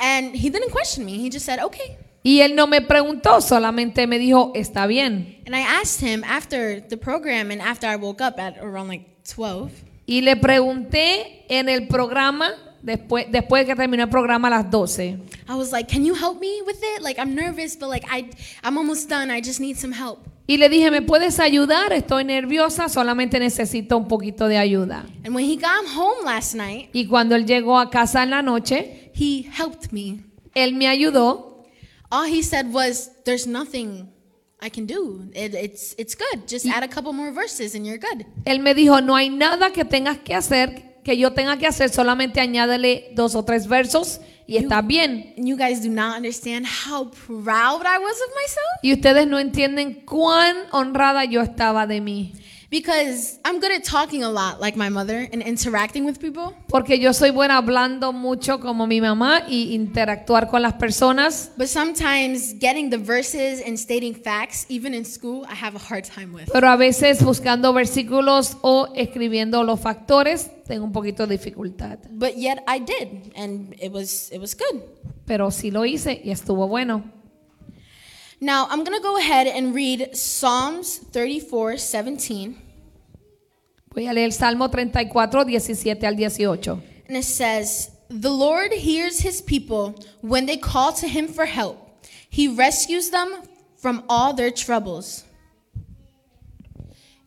[SPEAKER 2] And he didn't question me. He just said, okay.
[SPEAKER 3] Y él no me preguntó, solamente me dijo, está bien.
[SPEAKER 2] And I asked him after the program and after I woke up at around like 12,
[SPEAKER 3] Y le pregunté en el programa, después, después que terminó el programa a las 12.
[SPEAKER 2] I was like, can you help me with it? Like, I'm nervous, but like, I, I'm almost done. I just need some help.
[SPEAKER 3] Y le dije, ¿me puedes ayudar? Estoy nerviosa, solamente necesito un poquito de ayuda.
[SPEAKER 2] And when he got home last night,
[SPEAKER 3] Y cuando él llegó a casa en la noche,
[SPEAKER 2] he helped me.
[SPEAKER 3] él me ayudó
[SPEAKER 2] All he said was, there's nothing I can do. It, it's, it's good. Just add a couple more verses and you're good.
[SPEAKER 3] Él me dijo, no hay nada que tengas que hacer, que yo tenga que hacer, solamente añádele dos o tres versos y está bien.
[SPEAKER 2] And you guys do not understand how proud I was of myself
[SPEAKER 3] Y ustedes no entienden cuán honrada yo estaba de mí.
[SPEAKER 2] because I'm good at talking a lot, like my mother, and interacting with people.
[SPEAKER 3] Porque yo soy buena hablando mucho como mi mamá y interactuar con las personas.
[SPEAKER 2] But sometimes getting the verses and stating facts, even in school, I have a hard time with.
[SPEAKER 3] Pero a veces buscando versículos o escribiendo los factores tengo un poquito de dificultad.
[SPEAKER 2] But yet I did, and it was it was good.
[SPEAKER 3] Pero sí lo hice y estuvo bueno.
[SPEAKER 2] Now I'm gonna go ahead and read Psalms 34, 17.
[SPEAKER 3] Voy a leer Salmo 34, 17 al 18.
[SPEAKER 2] And it says, The Lord hears his people when they call to him for help. He rescues them from all their troubles.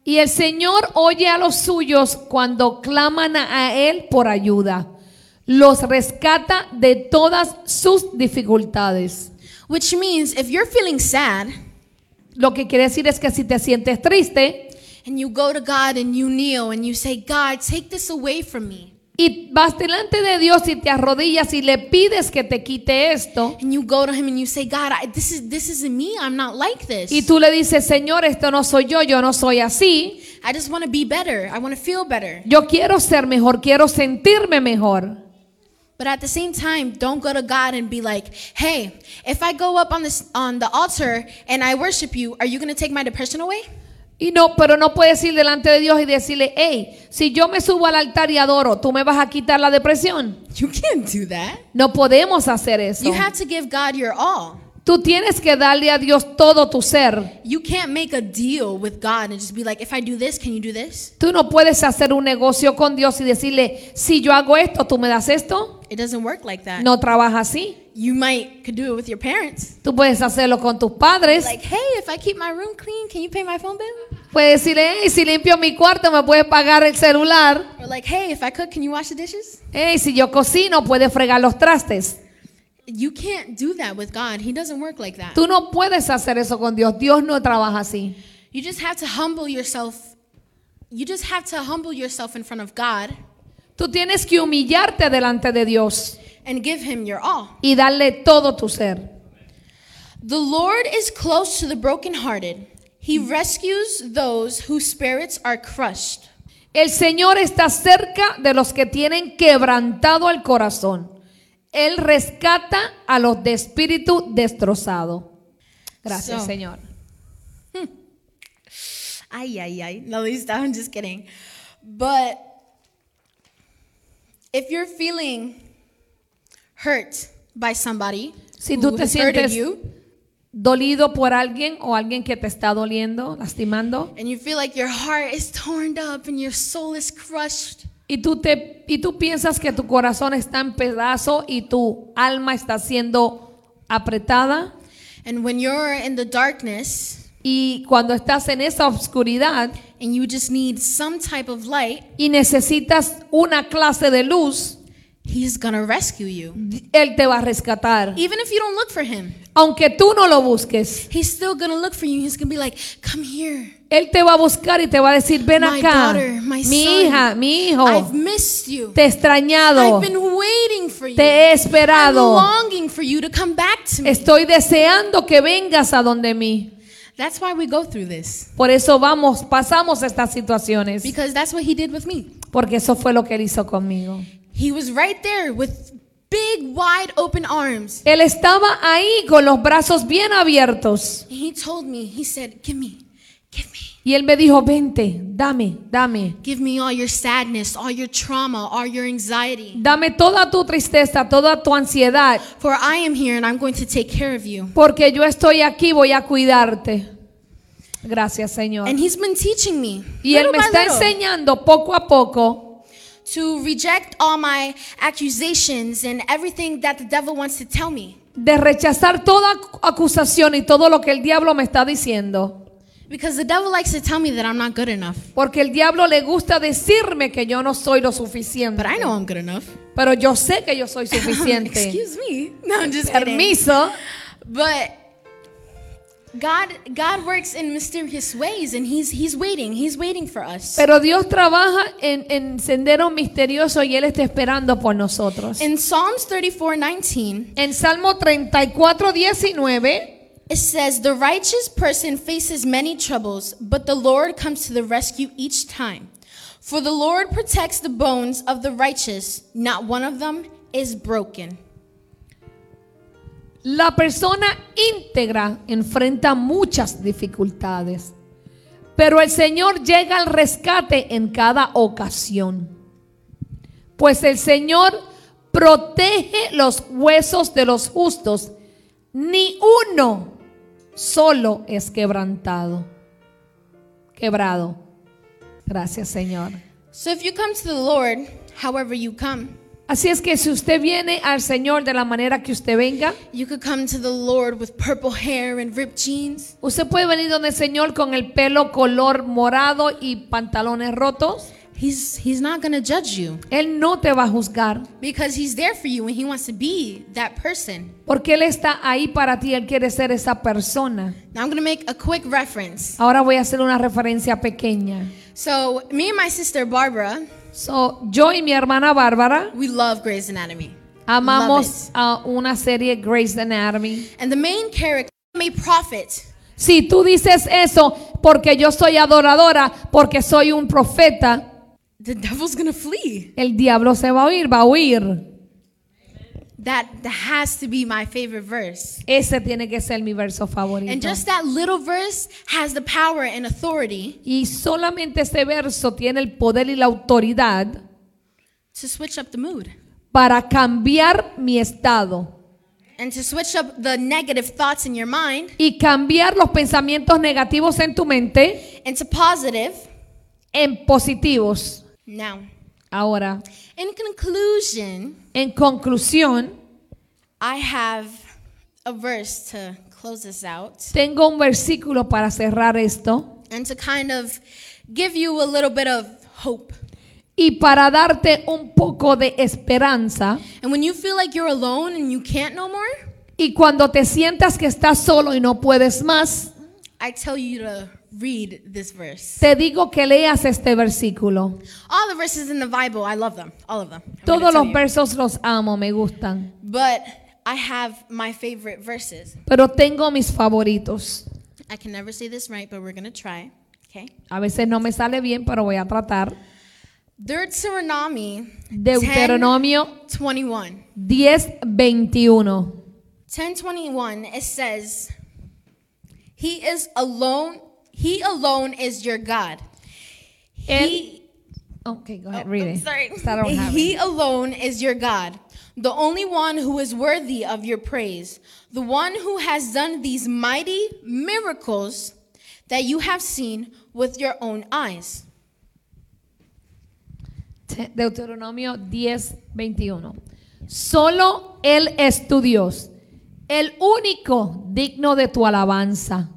[SPEAKER 3] Y el Señor oye a los suyos cuando claman a Él por ayuda. Los rescata de todas sus dificultades.
[SPEAKER 2] Which means if you're feeling sad
[SPEAKER 3] Lo que quiere decir es que si te sientes triste
[SPEAKER 2] and you go to God and you kneel and you say, God, take this away from me.
[SPEAKER 3] y vas delante de Dios y te arrodillas y le pides que te quite esto,
[SPEAKER 2] And you go to him and you say, God, I, this is this isn't me. I'm not like this.
[SPEAKER 3] y tú le dices, Señor, esto no soy yo, yo no soy así,
[SPEAKER 2] I just want to be better. I want to feel better.
[SPEAKER 3] yo quiero ser mejor, quiero sentirme mejor.
[SPEAKER 2] But at the same time, don't go to God and be like, "Hey, if I go up on this on the altar and I worship you, are you going to take my depression away?"
[SPEAKER 3] Y no, pero no puedes ir delante de Dios y decirle, hey, si yo me subo al altar y adoro, ¿tú me vas a quitar la depresión?
[SPEAKER 2] You can't do that.
[SPEAKER 3] No podemos hacer eso.
[SPEAKER 2] You have to give God your all.
[SPEAKER 3] Tú tienes que darle a Dios todo tu ser.
[SPEAKER 2] You can't make a deal with God and just be like, "If I do this, can you do this?"
[SPEAKER 3] Tú no puedes hacer un negocio con Dios y decirle, si yo hago esto, ¿tú me das esto?
[SPEAKER 2] It doesn't work like that.
[SPEAKER 3] No trabaja así.
[SPEAKER 2] You might could do it with your parents.
[SPEAKER 3] Tú puedes hacerlo con tus padres.
[SPEAKER 2] Like, "Hey, if I keep my room clean, can you pay my phone bill?"
[SPEAKER 3] Puedes decirle, hey, si limpio mi cuarto, ¿me puedes pagar el celular?
[SPEAKER 2] Or like, "Hey, if I cook, can you wash the dishes?"
[SPEAKER 3] Hey, si yo cocino, ¿puedes fregar los trastes?
[SPEAKER 2] You can't do that with God. He doesn't work like that.
[SPEAKER 3] Tú no puedes hacer eso con Dios. Dios no trabaja así.
[SPEAKER 2] You just have to humble yourself. You just have to humble yourself in front of God
[SPEAKER 3] Tú tienes que humillarte delante de Dios
[SPEAKER 2] and give him your all.
[SPEAKER 3] y darle todo tu ser.
[SPEAKER 2] The Lord is close to the brokenhearted. He rescues those whose spirits are crushed.
[SPEAKER 3] El Señor está cerca de los que tienen quebrantado el corazón. Él rescata a los de espíritu destrozado. Gracias,
[SPEAKER 2] So-
[SPEAKER 3] Señor.
[SPEAKER 2] Ay, ay, ay. No, Lisa, I'm just kidding. But if you're feeling hurt by somebody
[SPEAKER 3] Si
[SPEAKER 2] who
[SPEAKER 3] tú te
[SPEAKER 2] has hurted
[SPEAKER 3] sientes
[SPEAKER 2] you,
[SPEAKER 3] dolido por alguien o alguien que te está doliendo, lastimando,
[SPEAKER 2] and you feel like your heart is torn up and your soul is crushed,
[SPEAKER 3] y tú, te, y tú piensas que tu corazón está en pedazo y tu alma está siendo apretada,
[SPEAKER 2] and when you're in the darkness,
[SPEAKER 3] y cuando estás en esa oscuridad,
[SPEAKER 2] and you just need some type of light,
[SPEAKER 3] y necesitas una clase de luz,
[SPEAKER 2] he's gonna rescue you.
[SPEAKER 3] Él te va a rescatar.
[SPEAKER 2] Even if you don't look for him,
[SPEAKER 3] Aunque tú no lo busques,
[SPEAKER 2] he's still gonna look for you. He's gonna be like, come here.
[SPEAKER 3] Él te va a buscar y te va a decir, ven
[SPEAKER 2] My
[SPEAKER 3] acá,
[SPEAKER 2] daughter, my
[SPEAKER 3] mi
[SPEAKER 2] son.
[SPEAKER 3] hija, mi hijo,
[SPEAKER 2] I've missed you.
[SPEAKER 3] te he
[SPEAKER 2] I've
[SPEAKER 3] extrañado,
[SPEAKER 2] been waiting for you.
[SPEAKER 3] te he
[SPEAKER 2] I'm
[SPEAKER 3] esperado,
[SPEAKER 2] longing for you to come back to me.
[SPEAKER 3] estoy deseando que vengas a donde mí.
[SPEAKER 2] That's why we go through this.
[SPEAKER 3] Por eso vamos, pasamos estas situaciones,
[SPEAKER 2] Because that's what he did with me.
[SPEAKER 3] porque eso fue lo que Él hizo conmigo.
[SPEAKER 2] He was right there with big, wide open arms.
[SPEAKER 3] Él estaba ahí con los brazos bien abiertos
[SPEAKER 2] And he told me, he said, give me, give me.
[SPEAKER 3] y Él me dijo, vente, dame, dame.
[SPEAKER 2] Give me all your sadness, all your trauma, all your anxiety.
[SPEAKER 3] Dame toda tu tristeza, toda tu ansiedad,
[SPEAKER 2] For I am here and I'm going to take care of you.
[SPEAKER 3] porque yo estoy aquí, voy a cuidarte. Gracias, Señor.
[SPEAKER 2] And he's been teaching me
[SPEAKER 3] Y Él
[SPEAKER 2] little
[SPEAKER 3] me
[SPEAKER 2] by
[SPEAKER 3] está
[SPEAKER 2] little,
[SPEAKER 3] enseñando poco a poco
[SPEAKER 2] to reject all my accusations and everything that the devil wants to tell me.
[SPEAKER 3] de rechazar toda ac- acusación y todo lo que el diablo me está diciendo,
[SPEAKER 2] Because the devil likes to tell me that I'm not good enough.
[SPEAKER 3] porque el diablo le gusta decirme que yo no soy lo
[SPEAKER 2] But
[SPEAKER 3] suficiente,
[SPEAKER 2] I know I'm good enough.
[SPEAKER 3] pero yo sé que yo soy suficiente.
[SPEAKER 2] Excuse me. No, I'm just kidding.
[SPEAKER 3] Permiso.
[SPEAKER 2] But God God works in mysterious ways and he's he's waiting. He's waiting for us.
[SPEAKER 3] Pero Dios trabaja en, en senderos misteriosos y Él está esperando por nosotros.
[SPEAKER 2] In Psalms 34:19,
[SPEAKER 3] En Salmo 34, 19
[SPEAKER 2] it says, "The righteous person faces many troubles, but the Lord comes to the rescue each time. For the Lord protects the bones of the righteous; not one of them is broken."
[SPEAKER 3] la persona íntegra enfrenta muchas dificultades, pero el Señor llega al rescate en cada ocasión. Pues el Señor protege los huesos de los justos, ni uno solo es quebrantado. Quebrado. Gracias, Señor.
[SPEAKER 2] So if you come to the Lord, however you come,
[SPEAKER 3] Así es que si usted viene al Señor de la manera que usted venga,
[SPEAKER 2] you could come to the Lord with purple hair and ripped jeans.
[SPEAKER 3] Usted puede venir donde el Señor con el pelo color morado y pantalones rotos.
[SPEAKER 2] He's he's not going to judge you
[SPEAKER 3] Él no te va a juzgar
[SPEAKER 2] because he's there for you and he wants to be that person.
[SPEAKER 3] porque Él está ahí para ti. Él quiere ser esa persona.
[SPEAKER 2] Now I'm going to make a quick reference.
[SPEAKER 3] Ahora voy a hacer una referencia pequeña.
[SPEAKER 2] So, me and my sister Barbara,
[SPEAKER 3] So, yo y mi hermana Bárbara
[SPEAKER 2] we love Grey's Anatomy.
[SPEAKER 3] amamos a una serie Grey's Anatomy.
[SPEAKER 2] And the main character, I'm a prophet.
[SPEAKER 3] Si tú dices eso porque yo soy adoradora, porque soy un profeta,
[SPEAKER 2] The devil's going to flee.
[SPEAKER 3] el diablo se va a oír, va a huir.
[SPEAKER 2] That that has to be my favorite verse.
[SPEAKER 3] Ese tiene que ser mi verso favorito.
[SPEAKER 2] And just that little verse has the power and authority
[SPEAKER 3] Y solamente este verso tiene el poder y la autoridad
[SPEAKER 2] to switch up the mood
[SPEAKER 3] para cambiar mi estado
[SPEAKER 2] and to switch up the negative thoughts in your mind
[SPEAKER 3] y cambiar los pensamientos negativos en tu mente
[SPEAKER 2] into positive.
[SPEAKER 3] en positivos.
[SPEAKER 2] Now,
[SPEAKER 3] Ahora,
[SPEAKER 2] in conclusion,
[SPEAKER 3] en conclusión,
[SPEAKER 2] I have a verse to close this out
[SPEAKER 3] tengo un versículo para cerrar esto
[SPEAKER 2] and to kind of give you a little bit of hope.
[SPEAKER 3] y para darte un poco de esperanza.
[SPEAKER 2] And when you feel like you're alone and you can't no more,
[SPEAKER 3] Y cuando te sientas que estás solo y no puedes más,
[SPEAKER 2] I tell you to read this verse.
[SPEAKER 3] te digo que leas este versículo.
[SPEAKER 2] All the verses in the Bible, I love them, all of them. I'm gonna
[SPEAKER 3] Todos
[SPEAKER 2] tell
[SPEAKER 3] los
[SPEAKER 2] you.
[SPEAKER 3] versos los amo, me gustan.
[SPEAKER 2] But I have my favorite verses.
[SPEAKER 3] pero tengo mis favoritos.
[SPEAKER 2] I can never say this right, but we're going to try. Okay.
[SPEAKER 3] A veces no me sale bien, pero voy a tratar.
[SPEAKER 2] Deuteronomy 10,
[SPEAKER 3] Deuteronomio
[SPEAKER 2] 21.
[SPEAKER 3] 10:21.
[SPEAKER 2] 1021 it says he is alone he alone is your god he
[SPEAKER 3] Okay, go
[SPEAKER 2] Oh,
[SPEAKER 3] ahead,
[SPEAKER 2] I'm
[SPEAKER 3] read it.
[SPEAKER 2] sorry.
[SPEAKER 3] So I don't have it.
[SPEAKER 2] he alone is your god the only one who is worthy of your praise the one who has done these mighty miracles that you have seen with your own eyes
[SPEAKER 3] Te- Deuteronomio 10:21. Solo Él es tu Dios, el único digno de tu alabanza,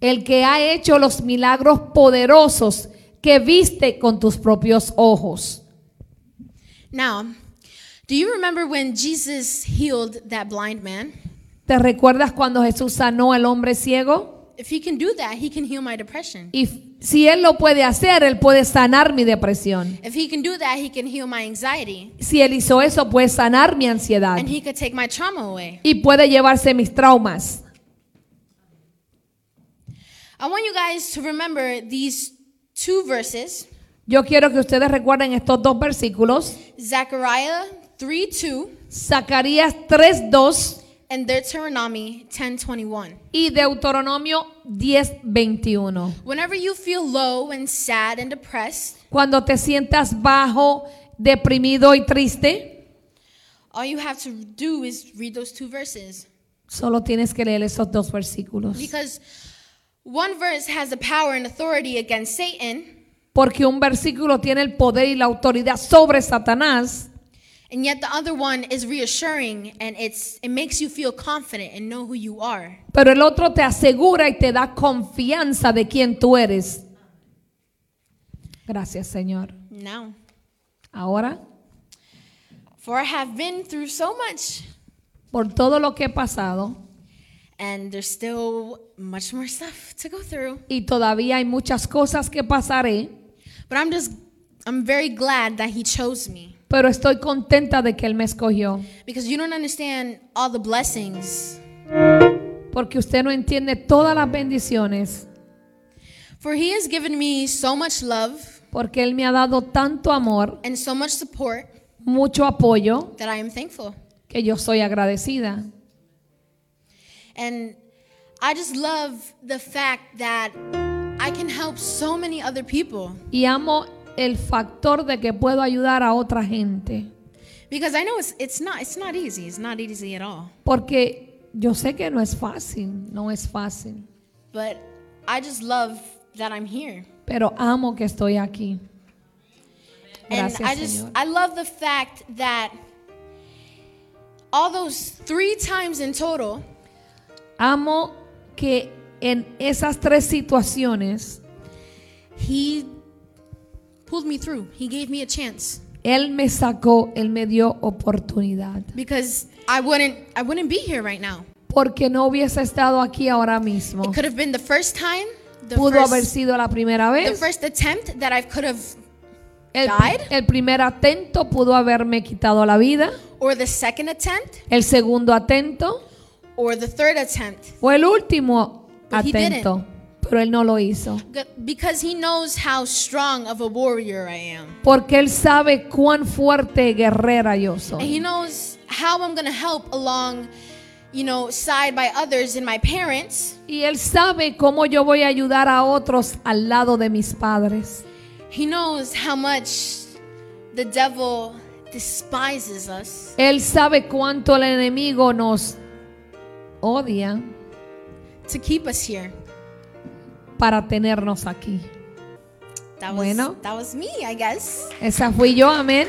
[SPEAKER 3] el que ha hecho los milagros poderosos que viste con tus propios ojos.
[SPEAKER 2] now do you remember when jesus healed that blind man
[SPEAKER 3] ¿Te recuerdas cuando Jesús sanó al hombre ciego?
[SPEAKER 2] if he can do that he can heal my depression
[SPEAKER 3] Y f- si Él lo puede hacer, Él puede sanar mi depresión.
[SPEAKER 2] if he can do that he can heal my anxiety
[SPEAKER 3] Si Él hizo eso, puede sanar mi ansiedad.
[SPEAKER 2] and he could take my trauma away.
[SPEAKER 3] Y puede llevarse mis traumas.
[SPEAKER 2] I want you guys to remember these two verses
[SPEAKER 3] Yo quiero que ustedes recuerden estos dos versículos.
[SPEAKER 2] Zechariah 3 2
[SPEAKER 3] Zacarías 3.2
[SPEAKER 2] and Deuteronomy ten twenty one.
[SPEAKER 3] y Deuteronomio 10.21.
[SPEAKER 2] Whenever you feel low and sad and depressed,
[SPEAKER 3] Cuando te sientas bajo, deprimido y triste,
[SPEAKER 2] all you have to do is read those two verses
[SPEAKER 3] solo tienes que leer esos dos versículos.
[SPEAKER 2] because one verse has the power and authority against Satan,
[SPEAKER 3] Porque un versículo tiene el poder y la autoridad sobre Satanás.
[SPEAKER 2] and yet the other one is reassuring and it's it makes you feel confident and know who you are.
[SPEAKER 3] Pero el otro te asegura y te da confianza de quién tú eres. Gracias, Señor.
[SPEAKER 2] Now,
[SPEAKER 3] Ahora,
[SPEAKER 2] for I have been through so much
[SPEAKER 3] por todo lo que he pasado
[SPEAKER 2] and there's still much more stuff to go through.
[SPEAKER 3] Y todavía hay muchas cosas que pasaré,
[SPEAKER 2] But I'm just, I'm very glad that He chose me
[SPEAKER 3] pero estoy contenta de que Él me escogió.
[SPEAKER 2] because you don't understand all the blessings.
[SPEAKER 3] Porque usted no entiende todas las bendiciones.
[SPEAKER 2] For He has given me so much love
[SPEAKER 3] Porque Él me ha dado tanto amor,
[SPEAKER 2] and so much support
[SPEAKER 3] mucho apoyo,
[SPEAKER 2] that I am thankful.
[SPEAKER 3] que yo soy agradecida.
[SPEAKER 2] And I just love the fact that I can help so many other people
[SPEAKER 3] Y amo el factor de que puedo ayudar a otra gente.
[SPEAKER 2] because I know it's it's not it's not easy. It's not easy at all.
[SPEAKER 3] Porque yo sé que no es fácil, no es fácil.
[SPEAKER 2] But I just love that I'm here.
[SPEAKER 3] Pero amo que estoy aquí.
[SPEAKER 2] And
[SPEAKER 3] Gracias,
[SPEAKER 2] I just
[SPEAKER 3] Señor.
[SPEAKER 2] I love the fact that all those three times in total,
[SPEAKER 3] Amo que en esas tres situaciones
[SPEAKER 2] he pulled me through. He gave me a chance
[SPEAKER 3] Él me sacó, Él me dio oportunidad.
[SPEAKER 2] because I wouldn't I wouldn't be here right now.
[SPEAKER 3] Porque no hubiese estado aquí ahora mismo.
[SPEAKER 2] It could have been the first time, the
[SPEAKER 3] Pudo haber
[SPEAKER 2] first,
[SPEAKER 3] sido la primera
[SPEAKER 2] the
[SPEAKER 3] vez.
[SPEAKER 2] first attempt that I could have
[SPEAKER 3] El,
[SPEAKER 2] died.
[SPEAKER 3] el primer atento pudo haberme quitado la vida.
[SPEAKER 2] or the second attempt
[SPEAKER 3] El segundo atento
[SPEAKER 2] or the third attempt
[SPEAKER 3] o el último
[SPEAKER 2] But he
[SPEAKER 3] atento. Pero Él no lo hizo.
[SPEAKER 2] G- because he knows how strong of a warrior I am.
[SPEAKER 3] Porque Él sabe cuán fuerte guerrera yo
[SPEAKER 2] And
[SPEAKER 3] soy.
[SPEAKER 2] he knows how I'm going to help along, you know, side by others and my parents.
[SPEAKER 3] Y Él sabe cómo yo voy a ayudar a otros al lado de mis padres.
[SPEAKER 2] He knows how much the devil despises us.
[SPEAKER 3] Él sabe cuánto el enemigo nos odia
[SPEAKER 2] To keep us here.
[SPEAKER 3] para tenernos aquí.
[SPEAKER 2] That was
[SPEAKER 3] Bueno.
[SPEAKER 2] that was me, I guess.
[SPEAKER 3] Esa fui yo, amén.